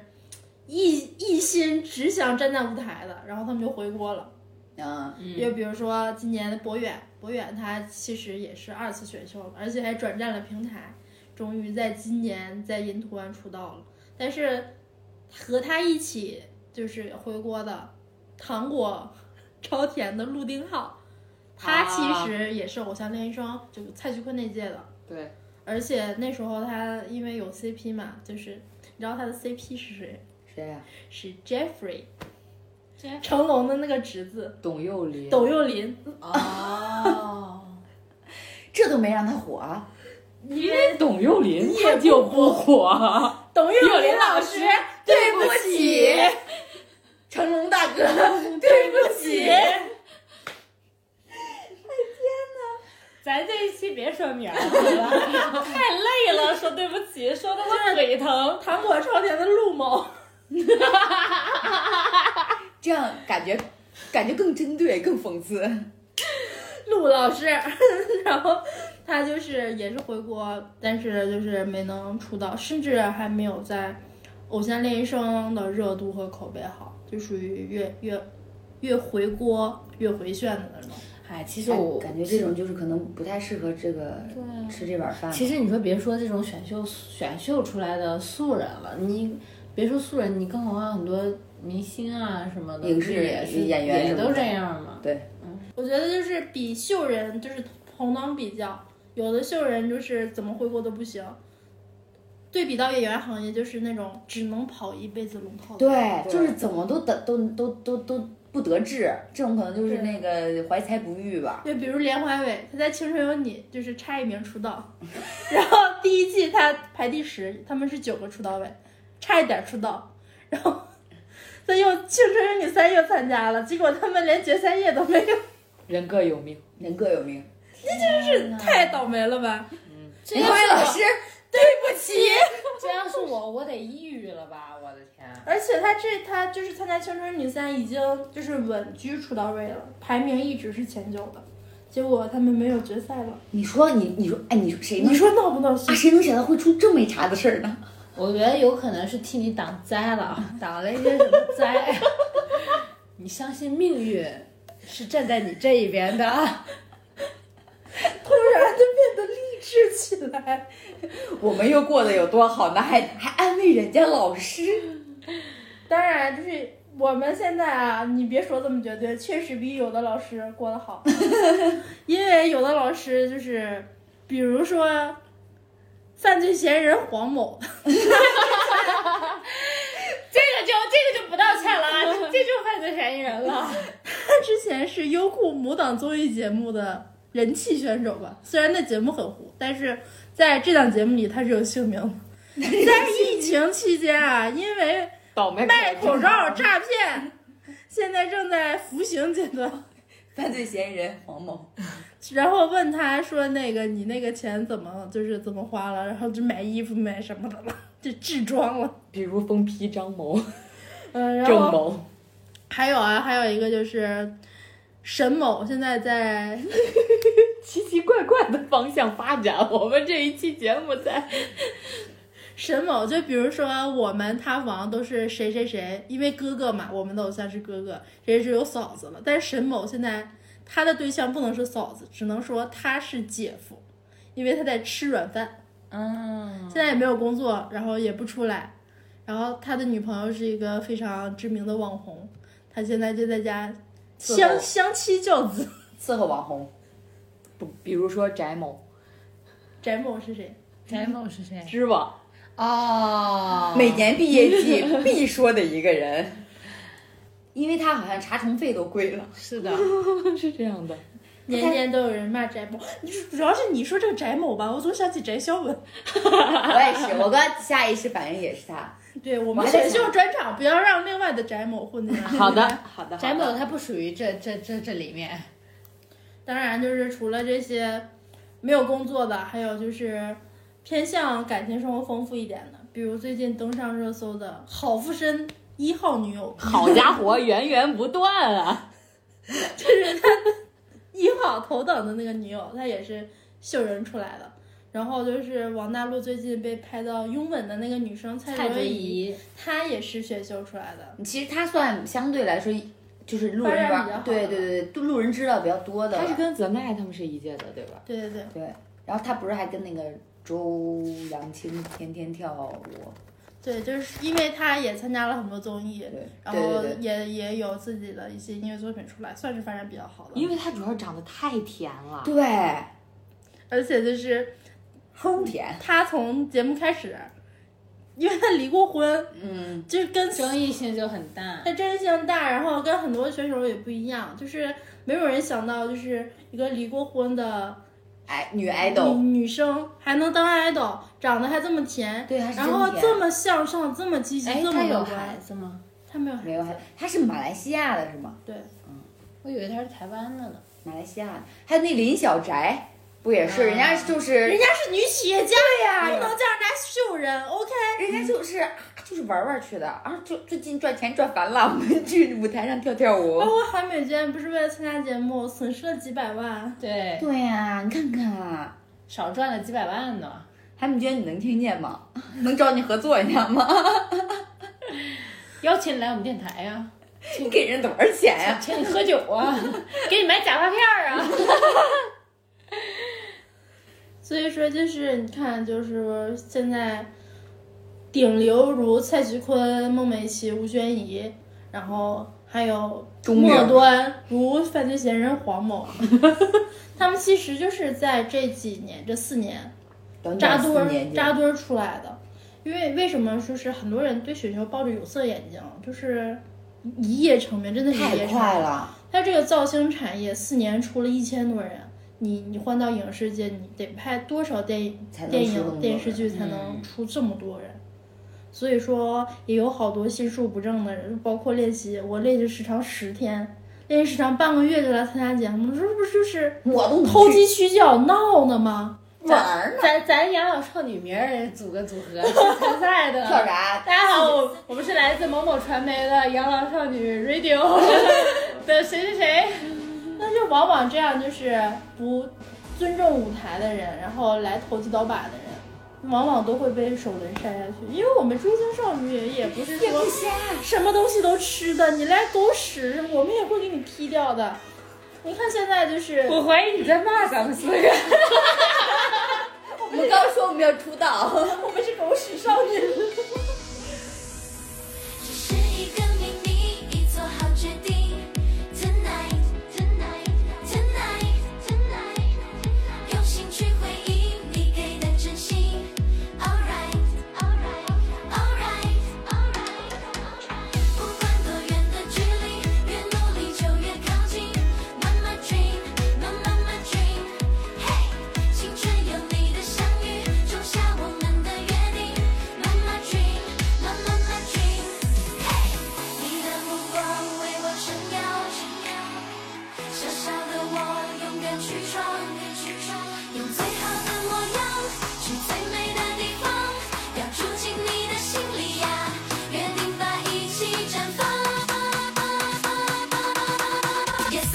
[SPEAKER 2] 一一心只想站在舞台的，然后他们就回国了。
[SPEAKER 1] 嗯，
[SPEAKER 2] 又比如说今年的博远，博远他其实也是二次选秀了，而且还转战了平台，终于在今年在银图案出道了。但是和他一起就是回国的糖果 超甜的陆丁浩，他
[SPEAKER 4] 啊
[SPEAKER 2] 其实也是《偶像练习生》就蔡徐坤那届的。
[SPEAKER 4] 对，
[SPEAKER 2] 而且那时候他因为有 CP 嘛，就是你知道他的 CP 是谁？
[SPEAKER 4] 谁
[SPEAKER 1] 啊
[SPEAKER 4] 呀、
[SPEAKER 2] 是 Jeffrey，成龙的那个侄子
[SPEAKER 4] 董又霖。啊
[SPEAKER 2] 董又霖，
[SPEAKER 3] 哦，
[SPEAKER 1] 这都没让他火啊，
[SPEAKER 4] 因为董又霖他就不火。
[SPEAKER 2] 董又
[SPEAKER 4] 又霖
[SPEAKER 2] 霖
[SPEAKER 4] 老
[SPEAKER 2] 老
[SPEAKER 4] 师
[SPEAKER 2] 师，
[SPEAKER 1] 对不起，成龙大哥，对不起。
[SPEAKER 3] 哎
[SPEAKER 5] 咱这一期别说名儿 了，太累了，说对不起，说的我腿疼。
[SPEAKER 2] 糖果超甜的陆某，
[SPEAKER 1] 这样感觉感觉更针对，更讽刺。
[SPEAKER 2] 陆老师，然后他就是也是回国，但是就是没能出道，甚至还没有在《偶像练习生》的热度和口碑好，就属于越越越回锅越回旋的那种。
[SPEAKER 3] 哎，其实
[SPEAKER 4] 就
[SPEAKER 1] 哦
[SPEAKER 3] 我
[SPEAKER 4] 感觉这种就是可能不太适合这个吃这碗饭。
[SPEAKER 3] 其实你说别说这种选秀选秀出来的素人了，你别说素人，你更何况很多明星啊什么的，
[SPEAKER 4] 影
[SPEAKER 3] 不
[SPEAKER 4] 视
[SPEAKER 3] 是也是
[SPEAKER 4] 演员什
[SPEAKER 3] 也
[SPEAKER 4] 么
[SPEAKER 3] 都
[SPEAKER 4] 的
[SPEAKER 3] 这样嘛。
[SPEAKER 2] 我觉得就是比秀人就是同等比较，有的秀人就是怎么回国都不行。对比到演员行业，就是那种只能跑一辈子龙套的。
[SPEAKER 1] 对，
[SPEAKER 4] 对
[SPEAKER 1] 就是怎么都得都都都都不得志，这种可能就是
[SPEAKER 2] 对
[SPEAKER 1] 那个怀才不遇吧。
[SPEAKER 2] 就比如连怀伟，他在《青春有你》就是差一名出道，然后第一季他排第十，他们是九个出道位，差一点出道，然后他又《青春有你三》又参加了，结果他们连决赛夜都没有，
[SPEAKER 4] 人各有命，
[SPEAKER 1] 人各有命。
[SPEAKER 2] 太倒霉了吧？
[SPEAKER 3] 这
[SPEAKER 1] 林
[SPEAKER 3] 要
[SPEAKER 1] 怀
[SPEAKER 3] 是
[SPEAKER 1] 哎老
[SPEAKER 3] 我，
[SPEAKER 1] 师，
[SPEAKER 3] 这要是我，我得抑郁了吧？我的天！
[SPEAKER 2] 而且他这他就是参加《青春女三》已经就是稳居出道位了，排名一直是前九的，结果他们没有决赛了。
[SPEAKER 1] 你说你你说哎，你说谁能
[SPEAKER 2] 你说闹不闹心
[SPEAKER 1] 啊？？谁能想到会出这么一茬子事儿呢？
[SPEAKER 3] 我觉得有可能是替你挡灾了，啊挡了一些什么灾？啊 你相信命运是站在你这一边的。啊
[SPEAKER 2] 突然就变得励志起来，
[SPEAKER 1] 我们又过得有多好呢？还还安慰人家老师？
[SPEAKER 2] 当然就是。我们现在啊，你别说这么绝对，确实比有的老师过得好，因为有的老师就是，比如说，犯罪嫌疑人黄某，
[SPEAKER 5] 这个就这个就不道歉了，啊，这就犯罪嫌疑人了。
[SPEAKER 2] 他之前是优酷某档综艺节目的人气选手吧，虽然那节目很糊，但是在这档节目里他是有姓名的。在疫情期间啊，因为
[SPEAKER 4] 倒霉
[SPEAKER 2] 卖口罩诈骗，现在正在服刑阶段。
[SPEAKER 1] 犯罪嫌疑人黄某，
[SPEAKER 2] 然后问他说：“那个你那个钱怎么就是怎么花了？然后就买衣服买什么的了，就置装了。
[SPEAKER 4] 比如疯批张某、
[SPEAKER 2] 嗯，然
[SPEAKER 4] 郑
[SPEAKER 2] 后
[SPEAKER 4] 某，
[SPEAKER 2] 还有啊，还有一个就是沈某现在在
[SPEAKER 4] 奇奇怪怪的方向发展。我们这一期节目在
[SPEAKER 2] 沈某，就比如说我们塌房都是谁谁谁，因为哥哥嘛，我们的偶像是哥哥，谁谁谁有嫂子了。但是沈某现在他的对象不能是嫂子，只能说他是姐夫，因为他在吃软饭，
[SPEAKER 3] 嗯，
[SPEAKER 2] 现在也没有工作，然后也不出来。然后他的女朋友是一个非常知名的网红，他现在就在家
[SPEAKER 1] 伺
[SPEAKER 2] 相
[SPEAKER 1] 候
[SPEAKER 2] 相妻教子。
[SPEAKER 1] 伺候网红，
[SPEAKER 4] 不，比如说翟某、
[SPEAKER 2] 翟某是谁？
[SPEAKER 3] 翟某是谁？
[SPEAKER 4] 知网，
[SPEAKER 3] 哦，
[SPEAKER 1] 每年毕业季 必说的一个人。因为他好像查重费都贵 了，
[SPEAKER 3] 是 的，
[SPEAKER 4] 是这样的。
[SPEAKER 2] 年年都有人骂翟某，你说主要是你说这个翟某吧，我总想起翟潇闻。
[SPEAKER 1] 我也是，我刚下意识反应也是他。
[SPEAKER 2] 对我
[SPEAKER 1] 我
[SPEAKER 2] 们
[SPEAKER 1] 还在
[SPEAKER 2] 选秀
[SPEAKER 1] 想
[SPEAKER 2] 专场不要让另外的翟某混进来。
[SPEAKER 4] 好的， 好的，
[SPEAKER 3] 翟某他不属于这这这这里面。
[SPEAKER 2] 当然就是除了这些没有工作的，还有就是偏向感情生活丰富一点的，比如最近登上热搜的郝富申一号女友，
[SPEAKER 4] 好家伙， 源源不断啊！
[SPEAKER 2] 就是他一号头等的那个女友，她也是秀人出来的。然后就是王大陆最近被拍到拥吻的那个女生蔡
[SPEAKER 3] 蔡
[SPEAKER 2] 卓
[SPEAKER 3] 卓
[SPEAKER 2] 宜，
[SPEAKER 3] 宜，
[SPEAKER 2] 她也是选秀出来的。
[SPEAKER 1] 其实他算相对来说就是路人
[SPEAKER 2] 发展比较
[SPEAKER 1] 缘
[SPEAKER 2] 好，
[SPEAKER 1] 对
[SPEAKER 2] 的
[SPEAKER 1] 对对，对路人知道比较多的
[SPEAKER 4] 他是
[SPEAKER 1] 了。
[SPEAKER 4] 跟泽奈他们是一届的，对吧？
[SPEAKER 2] 对对对，
[SPEAKER 1] 对，然后他不是还跟那个周扬青天天跳舞，
[SPEAKER 2] 对，就是因为他也参加了很多综艺，
[SPEAKER 1] 对
[SPEAKER 2] 然
[SPEAKER 1] 对
[SPEAKER 2] 后
[SPEAKER 1] 对对，
[SPEAKER 2] 也也有自己的一些音乐作品出来，算是发展比较好的。
[SPEAKER 4] 因为他主要长得太甜了，
[SPEAKER 1] 对，
[SPEAKER 2] 而且就是
[SPEAKER 1] 齁甜，
[SPEAKER 2] 他从节目开始，因为他离过婚，
[SPEAKER 1] 嗯，
[SPEAKER 2] 就是跟
[SPEAKER 3] 争议性就很大。
[SPEAKER 2] 他争议性大，然后跟很多选手也不一样，就是没有人想到，就是一个离过婚的
[SPEAKER 1] 哎，女爱
[SPEAKER 2] 女
[SPEAKER 1] 豆，
[SPEAKER 2] 女生还能当 idol，长得还这么甜，
[SPEAKER 4] 对，他是
[SPEAKER 2] 然
[SPEAKER 4] 真
[SPEAKER 2] 后
[SPEAKER 4] 甜
[SPEAKER 2] 这么向上，这么积极，
[SPEAKER 3] 哎，
[SPEAKER 2] 这么
[SPEAKER 3] 他有
[SPEAKER 2] 乐
[SPEAKER 3] 孩
[SPEAKER 2] 观，
[SPEAKER 3] 子吗？
[SPEAKER 2] 他没有孩子，
[SPEAKER 1] 没有，还她是马来西亚的是吗？
[SPEAKER 2] 对，
[SPEAKER 3] 我以为他是台湾的呢。
[SPEAKER 1] 马来西亚的，还有那林小宅，不也是？
[SPEAKER 3] 啊
[SPEAKER 1] 人家就是
[SPEAKER 2] 人家是女企业家，
[SPEAKER 1] 对呀、
[SPEAKER 2] 不能叫人家秀人，OK。
[SPEAKER 1] 人家就是啊就是玩玩去的啊，就最近赚钱赚烦了，我们去舞台上跳跳舞
[SPEAKER 2] 包。括韩美娟不是为了参加节目损失了几百万，
[SPEAKER 3] 对，
[SPEAKER 1] 对呀、你看看，
[SPEAKER 3] 少赚了几百万呢。
[SPEAKER 1] 韩敏娟，你能听见吗？ 能找你合作一下吗？
[SPEAKER 3] 邀请你来我们电台呀、
[SPEAKER 1] 你给人多少钱呀、
[SPEAKER 3] 请你喝酒啊，给你买假发片儿啊。
[SPEAKER 2] 所以说就是你看，就是现在顶流如蔡徐坤、孟美岐、吴宣仪，然后还有
[SPEAKER 1] 中
[SPEAKER 2] 末
[SPEAKER 1] 流
[SPEAKER 2] 端如犯罪嫌疑人黄某， 他们其实就是在这几年这四年
[SPEAKER 1] 短
[SPEAKER 2] 扎
[SPEAKER 1] 短
[SPEAKER 2] 堆
[SPEAKER 1] 四
[SPEAKER 2] 儿
[SPEAKER 1] 年间
[SPEAKER 2] 扎堆儿出来的。因为为什么说是很多人对雪球抱着有色眼镜，就是一夜成名，真的是一
[SPEAKER 1] 太
[SPEAKER 2] 夜成名
[SPEAKER 1] 快。了，
[SPEAKER 2] 它这个造星产业四年出了一千多人，你你换到影视界，你得拍多少电影
[SPEAKER 1] 才、能
[SPEAKER 2] 电
[SPEAKER 1] 出这么多人
[SPEAKER 2] 影、电视剧才能出这么多人？所以说也有好多心术不正的人，包括练习，我练习时长十天，练习时长半个月就来参加节目，这不就是
[SPEAKER 1] 我都
[SPEAKER 2] 投机取巧闹呢吗？
[SPEAKER 1] 玩儿呢。
[SPEAKER 3] 咱咱养老少女明儿也组个组合去参赛的。啊
[SPEAKER 1] 跳啥？
[SPEAKER 3] 大家好，我我们是来自某某传媒的养老少 女 Radio 的谁谁谁。
[SPEAKER 2] 那就往往这样就是不尊重舞台的人，然后来投机倒把的人，往往都会被首轮筛下去。因为我们追星少女也不啊是说什么东西都吃的，你来狗屎，我们也会给你踢掉的。你看现在就是
[SPEAKER 3] 我怀疑你在骂咱们四个。
[SPEAKER 1] 我们刚说我们要出道，
[SPEAKER 2] 我们是狗屎少女。
[SPEAKER 7] 这是一个秘密，已做好决定。Tonight, tonight, tonight, tonight，用心去回应你给的真心。Alright, alright, alright, alright。不管多远的距离，越努力就越靠近。慢慢 dream, 慢慢慢 dream。嘿，青春有你的相遇，种下我们的约定。慢慢 dream, 慢慢慢 dream。你的目光为我闪耀，小小的我勇敢去闯，用最好的模样去最美的地方，要住进你的心里呀，约定吧，一起绽放。Yes okay,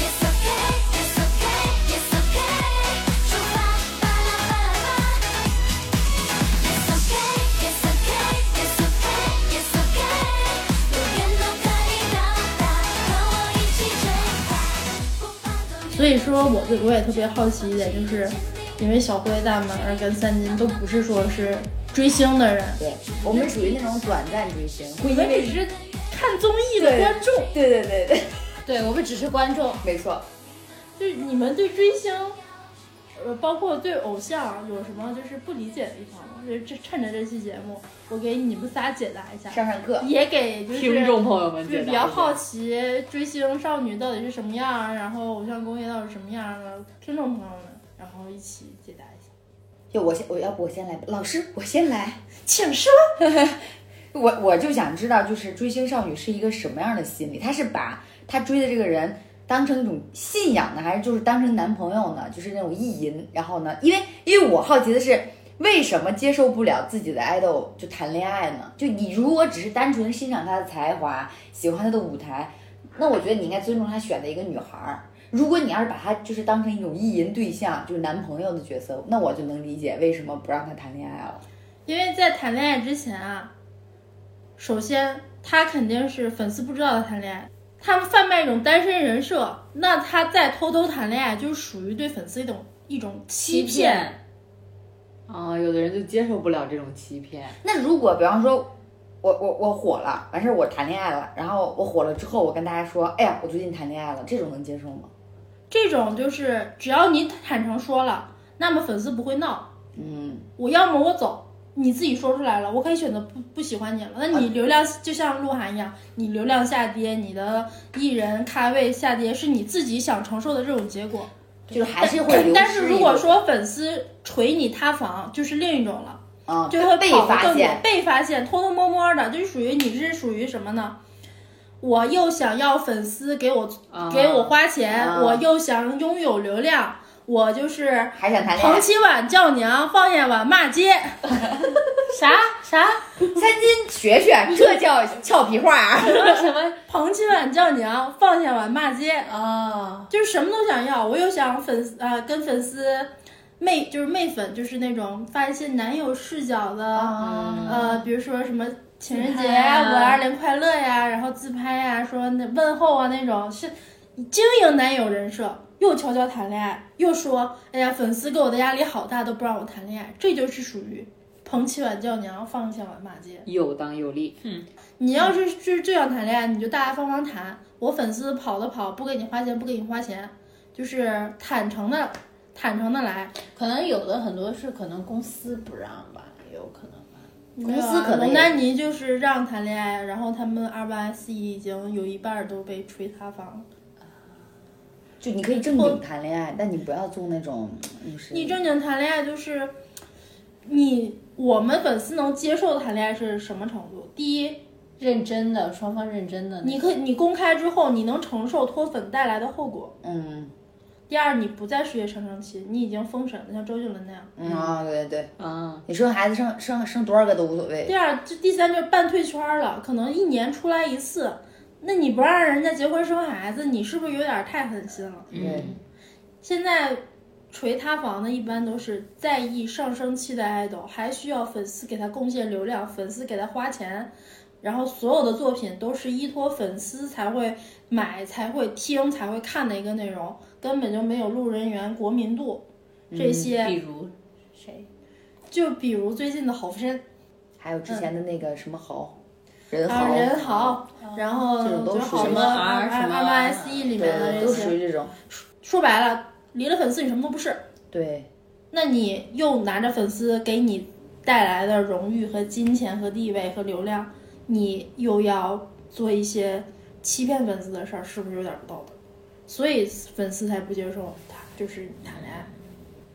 [SPEAKER 7] yes okay, yes okay, yes okay，出发，巴拉巴拉巴。It's okay, it's okay, it's okay, it's okay，永远都可以到达，和我一起追吧。
[SPEAKER 2] 所以说我对我也特别好奇一点，就是因为小辉、大门儿跟三金都不是说是追星的人，
[SPEAKER 1] 对我们属于那种短暂追星，会
[SPEAKER 2] 我
[SPEAKER 1] 因
[SPEAKER 2] 们
[SPEAKER 1] 为
[SPEAKER 2] 只是看综艺的观众。
[SPEAKER 1] 对对对对，
[SPEAKER 3] 对我们只是观众，
[SPEAKER 1] 没错，
[SPEAKER 2] 就是你们对追星，呃，包括对偶像有什么就是不理解的地方吗？就是这趁着这期节目，我给你们仨解答一下，
[SPEAKER 1] 上上课。
[SPEAKER 2] 也给就是
[SPEAKER 4] 听众朋友们
[SPEAKER 2] 就是
[SPEAKER 4] 解
[SPEAKER 2] 比
[SPEAKER 4] 答一
[SPEAKER 2] 较
[SPEAKER 4] 下
[SPEAKER 2] 好奇追星少女到底是什么样，然后偶像工业到底是什么样的听众朋友们，然后一起解答一下。
[SPEAKER 1] 就我先，我要不我先来吧，老师我先来。
[SPEAKER 2] 请说。
[SPEAKER 1] 我我就想知道，就是追星少女是一个什么样的心理？她是把她追的这个人当成一种信仰呢，还是就是当成男朋友呢？就是那种意淫？然后呢？因为因为我好奇的是，为什么接受不了自己的爱豆就谈恋爱呢？就你如果只是单纯欣赏她的才华，喜欢她的舞台，那我觉得你应该尊重她选的一个女孩儿。如果你要是把她就是当成一种意淫对象，就是男朋友的角色，那我就能理解为什么不让她谈恋爱了。
[SPEAKER 2] 因为在谈恋爱之前啊，首先他肯定是粉丝不知道他谈恋爱，他们贩卖一种单身人设，那他再偷偷谈恋爱，就是属于对粉丝一种一种欺骗。
[SPEAKER 4] 啊、有的人就接受不了这种欺骗，
[SPEAKER 1] 那如果比方说，我我我火了，完事儿我谈恋爱了，然后我火了之后，我跟大家说，哎呀，我最近谈恋爱了，这种能接受吗？
[SPEAKER 2] 这种就是只要你坦诚说了，那么粉丝不会闹。
[SPEAKER 1] 嗯，
[SPEAKER 2] 我要么我走，你自己说出来了，我可以选择不不喜欢你了。那你流量就像鹿晗一样，你流量下跌，你的艺人咖位下跌，是你自己想承受的这种结果。
[SPEAKER 1] 就是还是会流失一种。
[SPEAKER 2] 但是如果说粉丝锤你塌房，就是另一种了，
[SPEAKER 1] 啊，
[SPEAKER 2] 就会
[SPEAKER 1] 被
[SPEAKER 2] 跑得
[SPEAKER 1] 发
[SPEAKER 2] 更远
[SPEAKER 1] 现，
[SPEAKER 2] 被发现，偷偷摸摸的，就是属于你这是属于什么呢？我又想要粉丝给我
[SPEAKER 4] 啊、
[SPEAKER 2] 给我花钱，
[SPEAKER 1] 啊
[SPEAKER 2] 我又想拥有流量，我就是
[SPEAKER 1] 还想谈恋爱
[SPEAKER 2] 捧，起碗叫娘，放下碗骂街。
[SPEAKER 5] 啥啥
[SPEAKER 1] 三金学学，这叫俏皮话 啊。
[SPEAKER 5] 什么
[SPEAKER 2] 捧起碗叫娘，放下碗骂街，
[SPEAKER 5] 啊？
[SPEAKER 2] 就是什么都想要。我又想粉丝呃跟粉丝媚，就是媚粉，就是那种发一些男友视角的，呃，比如说什么情人节
[SPEAKER 5] 自拍
[SPEAKER 2] 呀、
[SPEAKER 5] 啊
[SPEAKER 2] 五二零快乐呀、然后自拍呀、说那问候啊那种，是经营男友人设，又悄悄谈恋爱，又说哎呀粉丝给我的压力好大，都不让我谈恋爱，这就是属于捧起碗叫娘，放下碗骂街。
[SPEAKER 4] 有当有利，
[SPEAKER 2] 你
[SPEAKER 1] 嗯
[SPEAKER 2] 要是就是就想谈恋爱，你就大大方方谈。我粉丝跑的跑，不给你花钱，不给你花钱，就是坦诚的，坦诚的来。
[SPEAKER 3] 可能有的很多是可能公司不让吧，也有可能吧。
[SPEAKER 2] 公
[SPEAKER 1] 司可能也
[SPEAKER 2] 蒙丹妮就是让谈恋爱，然后他们二八 C 已经有一半儿都被吹塌房了。
[SPEAKER 1] 就你可以正经谈恋爱，但你不要做那种，就是
[SPEAKER 2] 你正经谈恋爱就是，你我们粉丝能接受的谈恋爱是什么程度？第一，
[SPEAKER 3] 认真的，双方认真的那种。
[SPEAKER 2] 你可以你公开之后，你能承受脱粉带来的后果；
[SPEAKER 1] 嗯
[SPEAKER 2] 第二，你不在事业上升期，你已经封神了，像周杰伦那样。
[SPEAKER 1] 嗯啊，对对，
[SPEAKER 4] 啊，
[SPEAKER 1] 你生孩子生生生多少个都无所谓
[SPEAKER 2] 第，二，就第三就是半退圈儿了，可能一年出来一次，那你不让人家结婚生孩子，你是不是有点儿太狠心了？
[SPEAKER 1] 对，
[SPEAKER 2] 现在锤塌房的一般都是在意上升期的 idol，还需要粉丝给他贡献流量，粉丝给他花钱，然后所有的作品都是依托粉丝才会买、才会听、才会看的一个内容，根本就没有路人缘、国民度这些。
[SPEAKER 4] 嗯
[SPEAKER 3] 比如谁？
[SPEAKER 2] 就比如最近的侯申
[SPEAKER 1] 还有之前的那个什么豪，人
[SPEAKER 2] 嗯啊，
[SPEAKER 1] 豪，
[SPEAKER 2] 人豪，然后
[SPEAKER 1] 这种都
[SPEAKER 2] 就
[SPEAKER 1] 属于
[SPEAKER 2] 好
[SPEAKER 1] 什
[SPEAKER 2] 多
[SPEAKER 1] 么
[SPEAKER 3] R 什么
[SPEAKER 2] M S E 里面的
[SPEAKER 1] 对，
[SPEAKER 2] 这
[SPEAKER 1] 都属
[SPEAKER 2] 些，
[SPEAKER 1] 于这种，
[SPEAKER 2] 说白了，离了粉丝你什么都不是，
[SPEAKER 1] 对，
[SPEAKER 2] 那你又拿着粉丝给你带来的荣誉和金钱和地位和流量，你又要做一些欺骗粉丝的事儿，是不是有点不道德？所以粉丝才不接受他就是谈恋爱。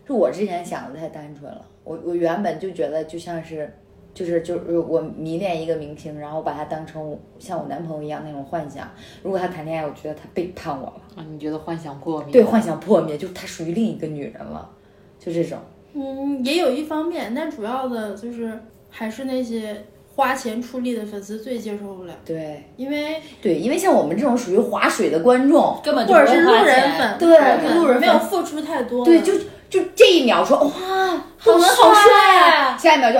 [SPEAKER 1] 是我之前想的太单纯了，我我原本就觉得就像是，就是就是我迷恋一个明星，然后把他当成我像我男朋友一样那种幻想。如果他谈恋爱，我觉得他背叛我了，
[SPEAKER 4] 啊，你觉得幻想破灭？
[SPEAKER 1] 对，幻想破灭，就是他属于另一个女人了，就这种。
[SPEAKER 2] 嗯，也有一方面，但主要的就是还是那些花钱出力的粉丝最接受不了，
[SPEAKER 1] 对
[SPEAKER 2] 因为
[SPEAKER 1] 对，因为像我们这种属于划水的观众，
[SPEAKER 3] 根本就
[SPEAKER 2] 或者是
[SPEAKER 3] 不
[SPEAKER 2] 路
[SPEAKER 3] 会花
[SPEAKER 2] 人
[SPEAKER 3] 钱
[SPEAKER 2] 粉，
[SPEAKER 1] 对路人粉
[SPEAKER 2] 没有付出太多，
[SPEAKER 1] 对，就就这一秒说哇，
[SPEAKER 2] 好
[SPEAKER 1] 好
[SPEAKER 3] 啊
[SPEAKER 2] 帅
[SPEAKER 1] 帅，啊下一秒就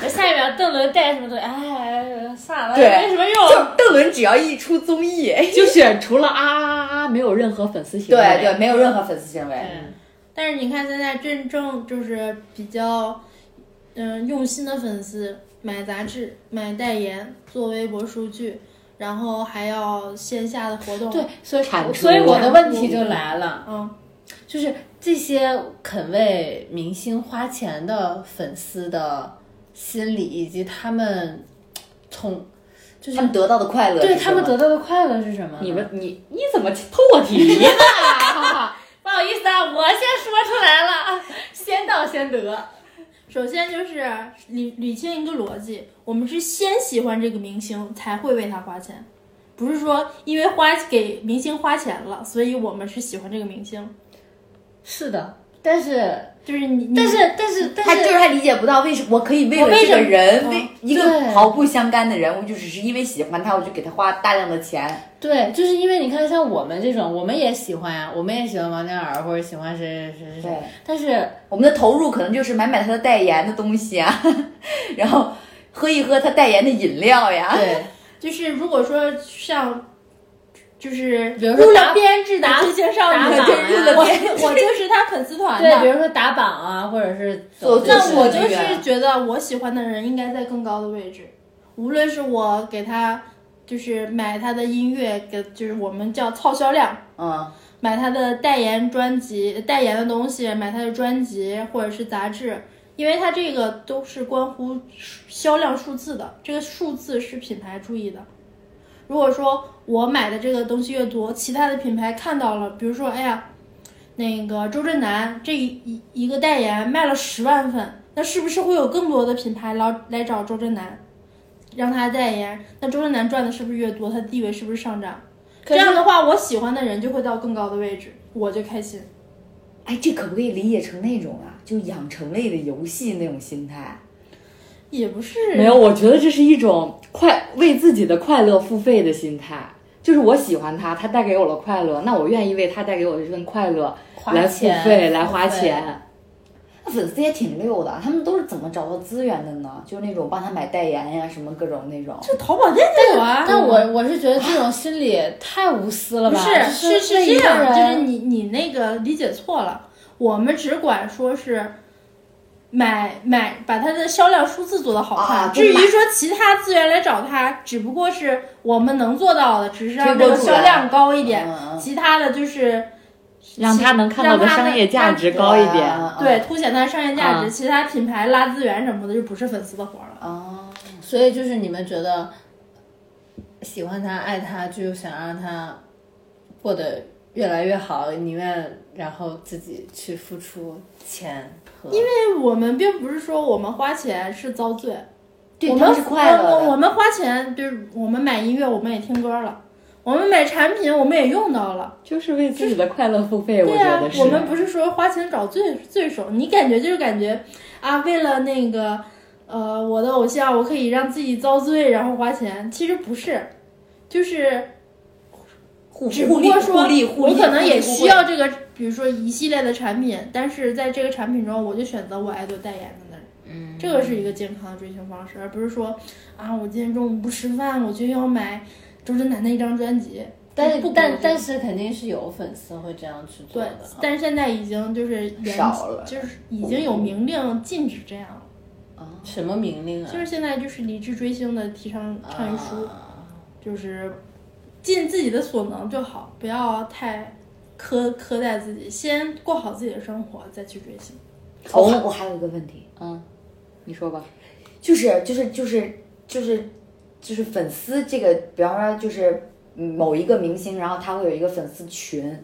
[SPEAKER 5] 那下一秒邓伦带什么东西？哎，算了，
[SPEAKER 1] 对
[SPEAKER 5] 没什么
[SPEAKER 1] 就
[SPEAKER 5] 用。
[SPEAKER 1] 邓伦只要一出综艺，哎
[SPEAKER 4] 就选除了啊啊啊，没有任何粉丝行为。
[SPEAKER 1] 对对，没有任何粉丝行为，
[SPEAKER 2] 但是你看，现在真正就是比较，嗯、用心的粉丝买杂志、买代言、做微博数据，然后还要线下的活动。
[SPEAKER 3] 对，，所以
[SPEAKER 4] 产出啊
[SPEAKER 3] 所以我的问题就来了，
[SPEAKER 2] 嗯，
[SPEAKER 3] 就是这些肯为明星花钱的粉丝的心理，以及他们从就是
[SPEAKER 1] 他们得到的快乐是什
[SPEAKER 3] 对
[SPEAKER 1] 么，
[SPEAKER 3] 他们得到的快乐是什么呢？
[SPEAKER 4] 你们你你怎么偷我题呢？
[SPEAKER 5] 不好意思啊，我先说出来了啊，先到先得。
[SPEAKER 2] 首先就是捋捋清一个逻辑，我们是先喜欢这个明星才会为他花钱，不是说因为花给明星花钱了，所以我们是喜欢这个明星。
[SPEAKER 3] 是的，但是
[SPEAKER 2] 就是你，你
[SPEAKER 3] 但是但是但
[SPEAKER 1] 他就是是他理解不到为什么我可以为
[SPEAKER 2] 我
[SPEAKER 1] 了
[SPEAKER 2] 为
[SPEAKER 1] 这个
[SPEAKER 2] 什么
[SPEAKER 1] 人，
[SPEAKER 2] 嗯
[SPEAKER 1] 为一个
[SPEAKER 3] 对
[SPEAKER 1] 毫不相干的人，我就只是因为喜欢他，我就给他花大量的钱。
[SPEAKER 3] 对，就是因为你看像我们这种，我们也喜欢呀、我们也喜欢王嘉尔或者喜欢谁谁谁谁
[SPEAKER 1] 对
[SPEAKER 3] 谁，但是
[SPEAKER 1] 我们的投入可能就是买买他的代言的东西啊， 然后啊喝一喝他代言的饮料呀。
[SPEAKER 3] 对。
[SPEAKER 2] 就是如果说像就是
[SPEAKER 5] 比如
[SPEAKER 2] 入
[SPEAKER 5] 说
[SPEAKER 2] 了
[SPEAKER 5] 打
[SPEAKER 2] 编制打
[SPEAKER 5] 推荐少
[SPEAKER 2] 打
[SPEAKER 5] 女
[SPEAKER 2] 榜
[SPEAKER 5] 的
[SPEAKER 2] 啊
[SPEAKER 5] 就是
[SPEAKER 2] 我
[SPEAKER 5] 我我就是他粉丝团对，比的，
[SPEAKER 3] 如说打榜啊，或者是
[SPEAKER 4] 做
[SPEAKER 3] 走
[SPEAKER 4] 做
[SPEAKER 2] 那
[SPEAKER 4] 事
[SPEAKER 2] 我
[SPEAKER 4] 的
[SPEAKER 2] 就
[SPEAKER 4] 那
[SPEAKER 2] 是
[SPEAKER 4] 个
[SPEAKER 2] 觉得我喜欢的人应该在更高的位置，无论是我给他就是买他的音乐，给就是我们叫凑销量，
[SPEAKER 1] 嗯，
[SPEAKER 2] 买他的代言专辑、代言的东西，买他的专辑或者是杂志，因为他这个都是关乎销量数字的，这个数字是品牌注意的。如果说我买的这个东西越多，其他的品牌看到了，比如说，哎呀，那个周震南这一一一个代言卖了十万份，那是不是会有更多的品牌来来找周震南，让他代言？那周震南赚的是不是越多，他地位是不是上涨？这样的话，我喜欢的人就会到更高的位置，我就开心。
[SPEAKER 1] 哎，这可不可以理解成那种啊，就养成类的游戏那种心态？
[SPEAKER 2] 也不是
[SPEAKER 4] 没有，我觉得这是一种快为自己的快乐付费的心态。就是我喜欢他，他带给我了快乐，那我愿意为他带给我的这份快乐来付费，来花钱。
[SPEAKER 1] 那粉丝也挺溜的，他们都是怎么找到资源的呢？就是那种帮他买代言呀，什么各种那种。
[SPEAKER 2] 这淘宝店就有啊。
[SPEAKER 3] 但我我是觉得这种心理太无私了
[SPEAKER 2] 不
[SPEAKER 3] 吧？
[SPEAKER 2] 是
[SPEAKER 3] 就是
[SPEAKER 2] 是
[SPEAKER 3] 为一
[SPEAKER 2] 这
[SPEAKER 3] 个
[SPEAKER 2] 样，就是
[SPEAKER 3] 人
[SPEAKER 2] 你你那个理解错了。我们只管说是买买把它的销量数字做得好看，
[SPEAKER 1] 啊
[SPEAKER 2] 至于
[SPEAKER 1] 不买
[SPEAKER 2] 说其他资源来找他，只不过是我们能做到的，只是让这
[SPEAKER 1] 推
[SPEAKER 2] 个
[SPEAKER 1] 波助澜
[SPEAKER 2] 销量高一点，
[SPEAKER 1] 嗯嗯
[SPEAKER 2] 其他的就是
[SPEAKER 4] 让他能看到的
[SPEAKER 2] 让他能
[SPEAKER 4] 商业价值
[SPEAKER 2] 让
[SPEAKER 4] 高一点。
[SPEAKER 1] 啊
[SPEAKER 2] 对，凸显它的商业价值，
[SPEAKER 4] 啊
[SPEAKER 2] 其他品牌拉资源什么的就不是粉丝的活儿了。
[SPEAKER 1] 啊，
[SPEAKER 3] 所以就是你们觉得喜欢他、爱他，就想让他过得越来越好，宁愿然后自己去付出钱和因为
[SPEAKER 2] 因为我们并不是说我们花钱是遭罪，
[SPEAKER 1] 对
[SPEAKER 2] 我
[SPEAKER 1] 他
[SPEAKER 2] 们
[SPEAKER 1] 们是快乐的
[SPEAKER 2] 我我们花钱就是我们买音乐，我们也听歌了，我们买产品，我们也用到了。
[SPEAKER 4] 就是为自己的快乐付费，啊我
[SPEAKER 2] 对
[SPEAKER 4] 觉
[SPEAKER 2] 呀、
[SPEAKER 4] 得是。
[SPEAKER 2] 我们不是说花钱找罪罪受，你感觉就是感觉啊，为了那个呃我的偶像，我可以让自己遭罪，然后花钱。其实不是，就是
[SPEAKER 1] 互
[SPEAKER 2] 只不过说
[SPEAKER 1] 互利互利，
[SPEAKER 2] 我可能也
[SPEAKER 1] 互利
[SPEAKER 2] 需要这个，比如说一系列的产品，但是在这个产品中，我就选择我爱豆代言的那人。嗯，这个是一个健康的追求方式，而不是说啊，我今天中午不吃饭，我就要买周震南的一张专辑。
[SPEAKER 3] 但
[SPEAKER 2] 不
[SPEAKER 3] 是
[SPEAKER 2] 鼓
[SPEAKER 3] 但
[SPEAKER 2] 励
[SPEAKER 3] 但是肯定是有粉丝会这样去做
[SPEAKER 2] 对
[SPEAKER 3] 的，，
[SPEAKER 2] 但是现在已经就是严
[SPEAKER 1] 少了
[SPEAKER 2] 就是已经有明令禁止这样了。
[SPEAKER 3] 什么命令啊？
[SPEAKER 2] 就是现在就是理智追星的提倡倡议书，
[SPEAKER 3] 啊
[SPEAKER 2] 就是尽自己的所能就好，不要太苛苛待自己，先过好自己的生活，再去追星。
[SPEAKER 1] 哦我还我还有一个问题，
[SPEAKER 4] 嗯，你说吧。
[SPEAKER 1] 就是就是就是就是就是粉丝这个，比方说就是某一个明星，然后他会有一个粉丝群，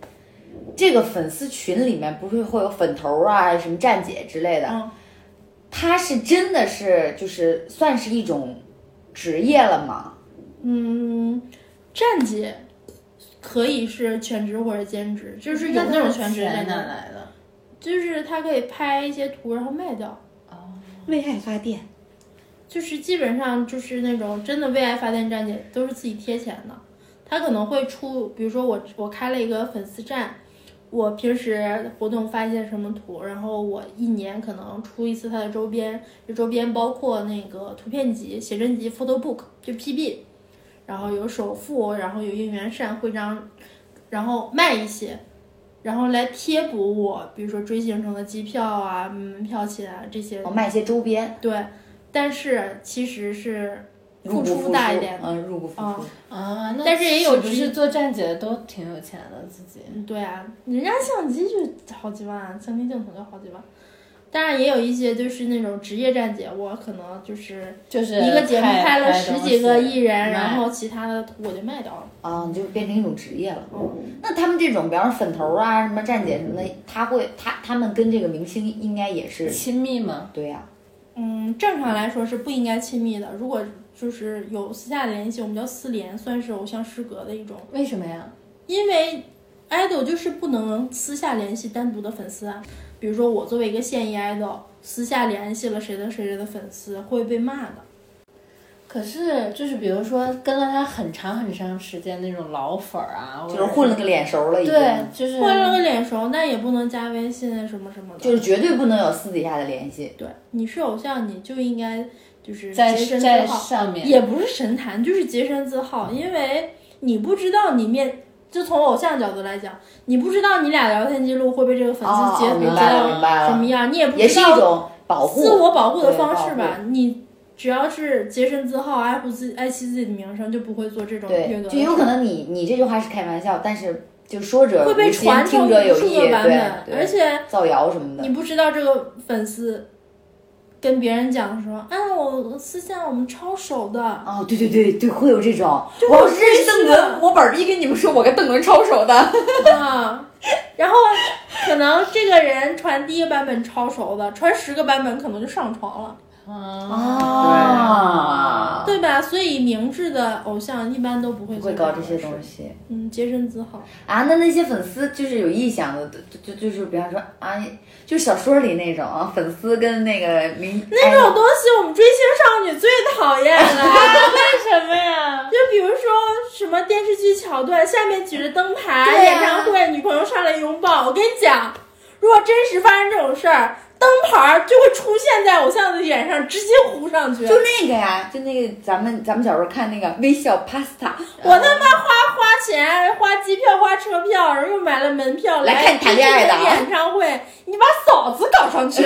[SPEAKER 1] 这个粉丝群里面不是会有粉头啊、什么站姐之类的，
[SPEAKER 2] 嗯
[SPEAKER 1] 他是真的是就是算是一种职业了吗？
[SPEAKER 2] 嗯，站姐可以是全职或者兼职，就是有那种全职
[SPEAKER 3] 钱
[SPEAKER 2] 的，
[SPEAKER 3] 哪来的？
[SPEAKER 2] 就是他可以拍一些图然后卖掉。
[SPEAKER 4] 为爱发电，
[SPEAKER 2] 就是基本上就是那种真的为爱发电站姐都是自己贴钱的，他可能会出，比如说我我开了一个粉丝站，我平时活动发一些什么图，然后我一年可能出一次他的周边，这周边包括那个图片集、写真集、photo book 就 PB，然后有首付，然后有应援扇、徽章，然后卖一些。然后来贴补我，比如说追行程的机票啊、门票钱啊这些
[SPEAKER 1] 我卖一些周边，
[SPEAKER 2] 对，但是其实是
[SPEAKER 1] 入
[SPEAKER 2] 付
[SPEAKER 1] 不付
[SPEAKER 2] 出大一点的。
[SPEAKER 1] 嗯，入不敷出
[SPEAKER 2] 嗯。
[SPEAKER 3] 啊，那
[SPEAKER 2] 但是也有
[SPEAKER 3] 不
[SPEAKER 2] 职
[SPEAKER 3] 是做站姐的都挺有钱的自己。
[SPEAKER 2] 嗯对啊，人家相机就好几万啊，相机镜头就好几万。当然也有一些就是那种职业站姐，我可能就是
[SPEAKER 3] 就是
[SPEAKER 2] 一个节目
[SPEAKER 3] 拍
[SPEAKER 2] 了十几个艺人，
[SPEAKER 3] 卖
[SPEAKER 2] 然后其他的我就卖掉了。
[SPEAKER 1] 啊，你就变成一种职业了。
[SPEAKER 2] 哦
[SPEAKER 1] 那他们这种，比方说粉头啊、什么站姐什么的，他会他他们跟这个明星应该也是
[SPEAKER 3] 亲密嘛，
[SPEAKER 1] 对呀、
[SPEAKER 2] 嗯，正常来说是不应该亲密的。如果就是有私下联系，我们叫私联，算是偶像失格的一种。
[SPEAKER 3] 为什么呀？
[SPEAKER 2] 因为 idol 就是不能私下联系单独的粉丝啊。比如说我作为一个现役 idol，私下联系了谁的谁谁的粉丝会被骂的。
[SPEAKER 3] 可是就是比如说跟了他很长很长时间那种老粉儿啊，
[SPEAKER 1] 就是
[SPEAKER 3] 或者
[SPEAKER 1] 混了个脸熟了，已经，
[SPEAKER 3] 对，就是
[SPEAKER 2] 换了个脸熟，但也不能加微信什么什么的。
[SPEAKER 1] 就是绝对不能有私底下的联系。
[SPEAKER 2] 对，你是偶像，你就应该就是
[SPEAKER 3] 在
[SPEAKER 2] 洁身自
[SPEAKER 3] 在
[SPEAKER 2] 好，
[SPEAKER 3] 上面啊
[SPEAKER 2] 也不是神坛，就是洁身自好，因为你不知道你面就从偶像角度来讲，你不知道你俩聊天记录会被这个粉
[SPEAKER 1] 哦
[SPEAKER 2] 丝截
[SPEAKER 1] 明
[SPEAKER 2] 图
[SPEAKER 1] 白了
[SPEAKER 2] 到
[SPEAKER 1] 明白了
[SPEAKER 2] 什么样，你也不
[SPEAKER 1] 也
[SPEAKER 2] 知
[SPEAKER 1] 是一
[SPEAKER 2] 道
[SPEAKER 1] 种保护，
[SPEAKER 2] 自我保护的
[SPEAKER 1] 对
[SPEAKER 2] 方
[SPEAKER 1] 保
[SPEAKER 2] 式吧。你只要是洁身自好，爱护自爱惜自己的名声，就不会做这种
[SPEAKER 1] 对
[SPEAKER 2] 那，个
[SPEAKER 1] 就有可能你你这句话是开玩笑，但是就说者
[SPEAKER 2] 会被
[SPEAKER 1] 无心
[SPEAKER 2] 传成
[SPEAKER 1] 听
[SPEAKER 2] 无
[SPEAKER 1] 者有
[SPEAKER 2] 数
[SPEAKER 1] 意，
[SPEAKER 2] 个版
[SPEAKER 1] 对
[SPEAKER 2] 本，
[SPEAKER 1] 对，
[SPEAKER 2] 而且
[SPEAKER 1] 造谣什么的
[SPEAKER 2] 你。不知道这个粉丝跟别人讲说，哎，我私下我们超熟的，
[SPEAKER 1] 哦，对对对对，会有这种。
[SPEAKER 2] 就
[SPEAKER 1] 我要
[SPEAKER 2] 是
[SPEAKER 1] 认识邓
[SPEAKER 2] 真的
[SPEAKER 1] 伦，我本儿逼跟你们说，我跟邓伦超熟的。
[SPEAKER 2] 啊，然后可能这个人传第一个版本超熟的，传十个版本可能就上床了，
[SPEAKER 3] 哦
[SPEAKER 1] 啊，
[SPEAKER 2] 对吧？所以明智的偶像一般都不会
[SPEAKER 1] 不
[SPEAKER 2] 做
[SPEAKER 1] 会搞
[SPEAKER 2] 样
[SPEAKER 1] 这
[SPEAKER 2] 的
[SPEAKER 1] 些
[SPEAKER 2] 事
[SPEAKER 1] 东，西
[SPEAKER 2] 嗯，洁身自好。
[SPEAKER 1] 啊。那那些粉丝就是有意向的，就就就是比方说啊，就是小说里那种啊，粉丝跟那个明哎
[SPEAKER 2] 那种东西我们追星少女最讨 厌了，
[SPEAKER 1] 啊
[SPEAKER 5] 为什么呀？
[SPEAKER 2] 就比如说什么电视剧桥段，下面举着灯牌，
[SPEAKER 1] 对呀啊
[SPEAKER 2] 演唱会女朋友上来拥抱。我跟你讲，如果真实发生这种事儿，灯牌就会出现在偶像的脸上，直接糊上去。
[SPEAKER 1] 就那个呀，就那个咱们咱们小时候看那个微笑 Pasta，
[SPEAKER 2] 我他妈花花钱、花机票、花车票，然后又买了门票
[SPEAKER 1] 来看谈恋爱的啊
[SPEAKER 2] 来看演唱会，你把嫂子搞 上去，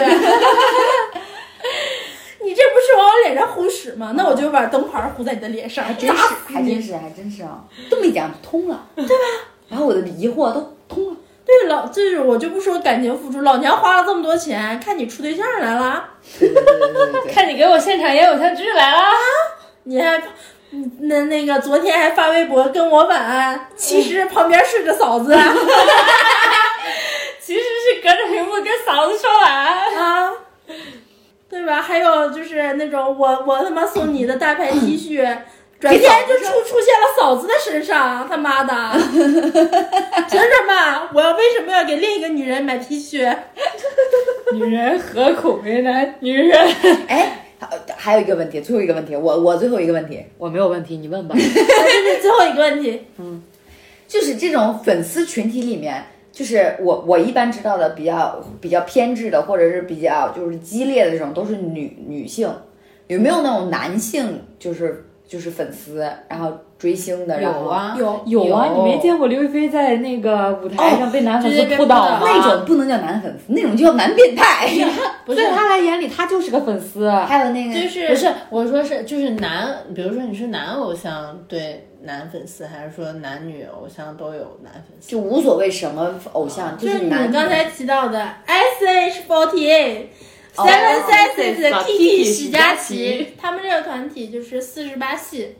[SPEAKER 2] 你这不是往我脸上糊屎吗？那我就把灯牌糊在你的脸上，
[SPEAKER 1] 还真是
[SPEAKER 2] 砸死
[SPEAKER 1] 还
[SPEAKER 2] 你
[SPEAKER 1] 真是还真是啊，这么一讲就通了，对吧？啊然后我的疑惑都通 了。
[SPEAKER 2] 对老，就是我就不说感情付出，老娘花了这么多钱，看你处对象来了，
[SPEAKER 1] 对对对对对对
[SPEAKER 5] 看你给我现场演偶像剧来了，
[SPEAKER 2] 你还。嗯那那个昨天还发微博跟我晚安，其实旁边睡着嫂子啊，
[SPEAKER 5] 其实是隔着屏幕跟嫂子说完。
[SPEAKER 2] 对吧？还有就是那种我我他妈送你的大牌 T 恤，转天就出出现了嫂子的身上，他妈的！想想吧，我要为什么要给另一个女人买 T 恤？
[SPEAKER 5] 女人何苦为难女人？
[SPEAKER 1] 哎，还还有一个问题，最后一个问题，我我最后一个问题
[SPEAKER 4] 我没有问题，你问吧。
[SPEAKER 2] 这是最后一个问题，
[SPEAKER 1] 就是这种粉丝群体里面。就是我，我一般知道的比较比较偏执的，或者是比较就是激烈的这种，都是女女性。有没有那种男性，就是就是粉丝，然后追星的，然后
[SPEAKER 4] 有啊，
[SPEAKER 2] 有
[SPEAKER 4] 有哦啊，
[SPEAKER 1] 有
[SPEAKER 4] 你没见过刘亦菲在那个舞台上被男粉
[SPEAKER 2] 直
[SPEAKER 4] 丝
[SPEAKER 2] 接被
[SPEAKER 4] 扑倒吗？
[SPEAKER 2] 扑
[SPEAKER 1] 那种不能叫男粉丝，那种叫男变态。
[SPEAKER 3] 不
[SPEAKER 4] 在他来眼里，他就是个粉丝。
[SPEAKER 1] 还有那个，
[SPEAKER 2] 啊就是
[SPEAKER 3] 不是，我说是就是男，比如说你是男偶像对男粉丝，还是说男女偶像都有男粉丝？
[SPEAKER 1] 就无所谓什么偶像，
[SPEAKER 2] 啊就是
[SPEAKER 1] 是
[SPEAKER 2] 你
[SPEAKER 1] 男
[SPEAKER 2] 刚
[SPEAKER 1] 的
[SPEAKER 2] 才提到的 S H forty eight。
[SPEAKER 1] 哦
[SPEAKER 2] Seven Senses、
[SPEAKER 4] 把
[SPEAKER 2] Kiki、
[SPEAKER 4] Kiki
[SPEAKER 2] 史佳
[SPEAKER 4] 史佳
[SPEAKER 2] 琪，他们这个团体就是四十八系，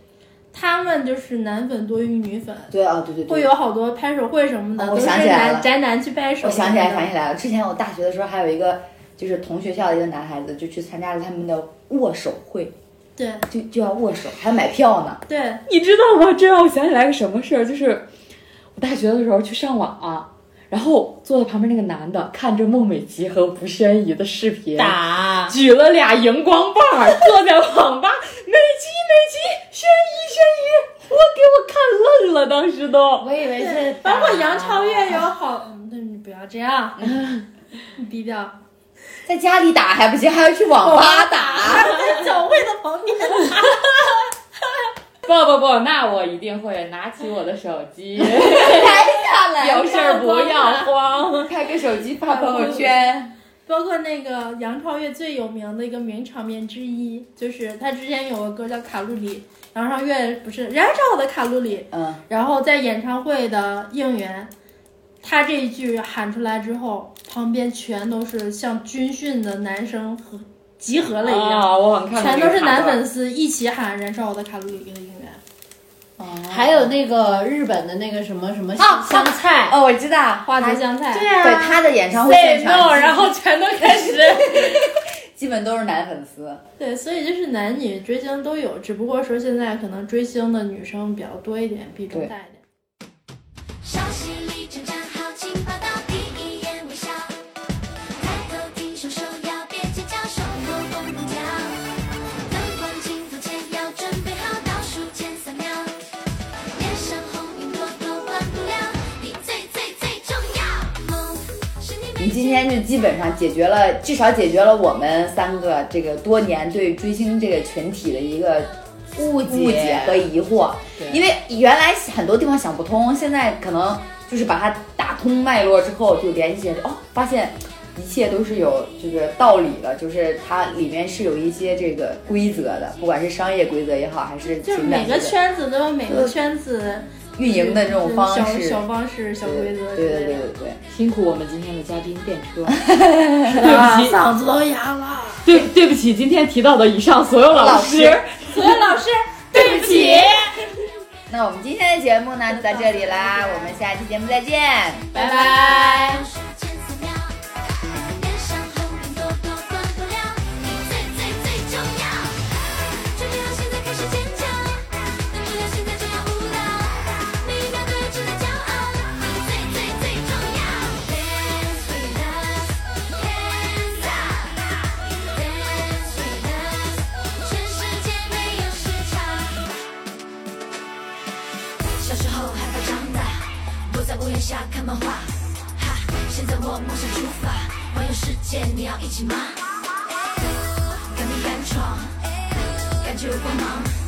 [SPEAKER 2] 他们就是男粉多于女粉，
[SPEAKER 1] 对啊，对对
[SPEAKER 2] 会
[SPEAKER 1] 对，
[SPEAKER 2] 有好多拍手会什么的，
[SPEAKER 1] 哦我
[SPEAKER 2] 都是
[SPEAKER 1] 想起来了
[SPEAKER 2] 男宅男去拍手。
[SPEAKER 1] 我想起来，想起来了，之前我大学的时候还有一个就是同学校的一个男孩子，就去参加了他们的握手会，
[SPEAKER 2] 对
[SPEAKER 1] 就就要握手，还买票呢。
[SPEAKER 2] 对，
[SPEAKER 4] 你知道吗？这让我想起来个什么事儿，就是我大学的时候去上网、啊然后坐在旁边那个男的看着孟美岐和吴宣仪的视频，
[SPEAKER 3] 打
[SPEAKER 4] 举了俩荧光棒儿，坐在网吧，美琪美琪，宣仪宣仪，我给我看愣了，当时都。
[SPEAKER 3] 我以为是哦
[SPEAKER 2] 包括杨超越有好，嗯对你不要 这样，你低调。
[SPEAKER 1] 在家里打还不行，还要去网吧
[SPEAKER 2] 哦
[SPEAKER 1] 打。
[SPEAKER 2] 还有在教会的旁 边，
[SPEAKER 4] 不不不，那我一定会拿起我的手 机，有事儿不要慌，
[SPEAKER 1] 开个手机发朋友圈，
[SPEAKER 2] 包括那个杨超越最有名的一个名场面之一，就是她之前有个歌叫《卡路里》，杨超越不是燃烧我的卡路里，
[SPEAKER 1] 嗯，
[SPEAKER 2] 然后在演唱会的应援，她这一句喊出来之后，旁边全都是像军训的男生和集合了一
[SPEAKER 1] 哦
[SPEAKER 2] 样，
[SPEAKER 4] 啊！我好像看到
[SPEAKER 2] 全
[SPEAKER 4] 这
[SPEAKER 2] 都
[SPEAKER 4] 个
[SPEAKER 2] 是
[SPEAKER 4] 卡
[SPEAKER 2] 男
[SPEAKER 4] 段
[SPEAKER 2] 粉丝一起喊“燃烧我的卡路里”的应援。
[SPEAKER 3] 还有那个日本的那个什么什么
[SPEAKER 1] 啊
[SPEAKER 3] 香菜，
[SPEAKER 1] 哦，我知道，
[SPEAKER 2] 花泽
[SPEAKER 1] 他
[SPEAKER 2] 香菜，
[SPEAKER 5] 对
[SPEAKER 1] 对
[SPEAKER 5] 啊
[SPEAKER 1] 他的演唱会
[SPEAKER 5] ，say
[SPEAKER 1] 现场
[SPEAKER 5] no，，然后全都开始。
[SPEAKER 1] 基本都是男粉丝。
[SPEAKER 2] 对，所以就是男女追星都有，只不过说现在可能追星的女生比较多一点，比重
[SPEAKER 1] 对
[SPEAKER 2] 大一点。
[SPEAKER 7] 稍息立正站好，请报到，第一眼微笑，抬头挺胸，手要别尖叫，胸口蹦蹦跳。灯光镜头前要准备好，倒数前三秒，脸上红云朵都忘不了，你最最最重要。梦是你
[SPEAKER 1] 你
[SPEAKER 7] 每
[SPEAKER 1] 今天就基本上解决了，至少解决了我们三个这个多年对追星这个群体的一个
[SPEAKER 3] 误解
[SPEAKER 1] 误解和疑惑，
[SPEAKER 8] 对
[SPEAKER 1] 因为原来很多地方想不通，现在可能就是把它打通脉络之后，就联系起来，哦，发现一切都是有这个道理的，就是它里面是有一些这个规则的，不管是商业规则也好，还是
[SPEAKER 2] 就是
[SPEAKER 1] 情感
[SPEAKER 2] 每个
[SPEAKER 1] 规则
[SPEAKER 2] 圈子都有每个圈子
[SPEAKER 1] 运营的这种
[SPEAKER 2] 嗯
[SPEAKER 1] 方
[SPEAKER 2] 小
[SPEAKER 1] 式，
[SPEAKER 2] 小方式、小规则
[SPEAKER 1] 对对
[SPEAKER 2] 之类
[SPEAKER 1] 对
[SPEAKER 2] 的。
[SPEAKER 1] 对对。
[SPEAKER 4] 辛苦我们今天的嘉宾电车。
[SPEAKER 2] 啊，嗓子都哑了。
[SPEAKER 4] 对，对不起，今天提到的以上所有老师，
[SPEAKER 1] 对不起。那我们今天的节目呢，就到这里啦，我们下期节目再见，
[SPEAKER 8] 拜拜。
[SPEAKER 7] 瞬间三秒，脸上红云朵朵断不了，你最最最重要。准备好现在开始尖叫，大不了现在就要舞蹈，每一秒都要值得骄傲，你最最最重要。Dance with us, hands up. Dance with us，全世界没有时差。小时候害怕长大，躲在屋檐下看漫画。哈，现在我梦想出发，环游世界，你要一起吗？敢拼敢闯，感觉有光芒。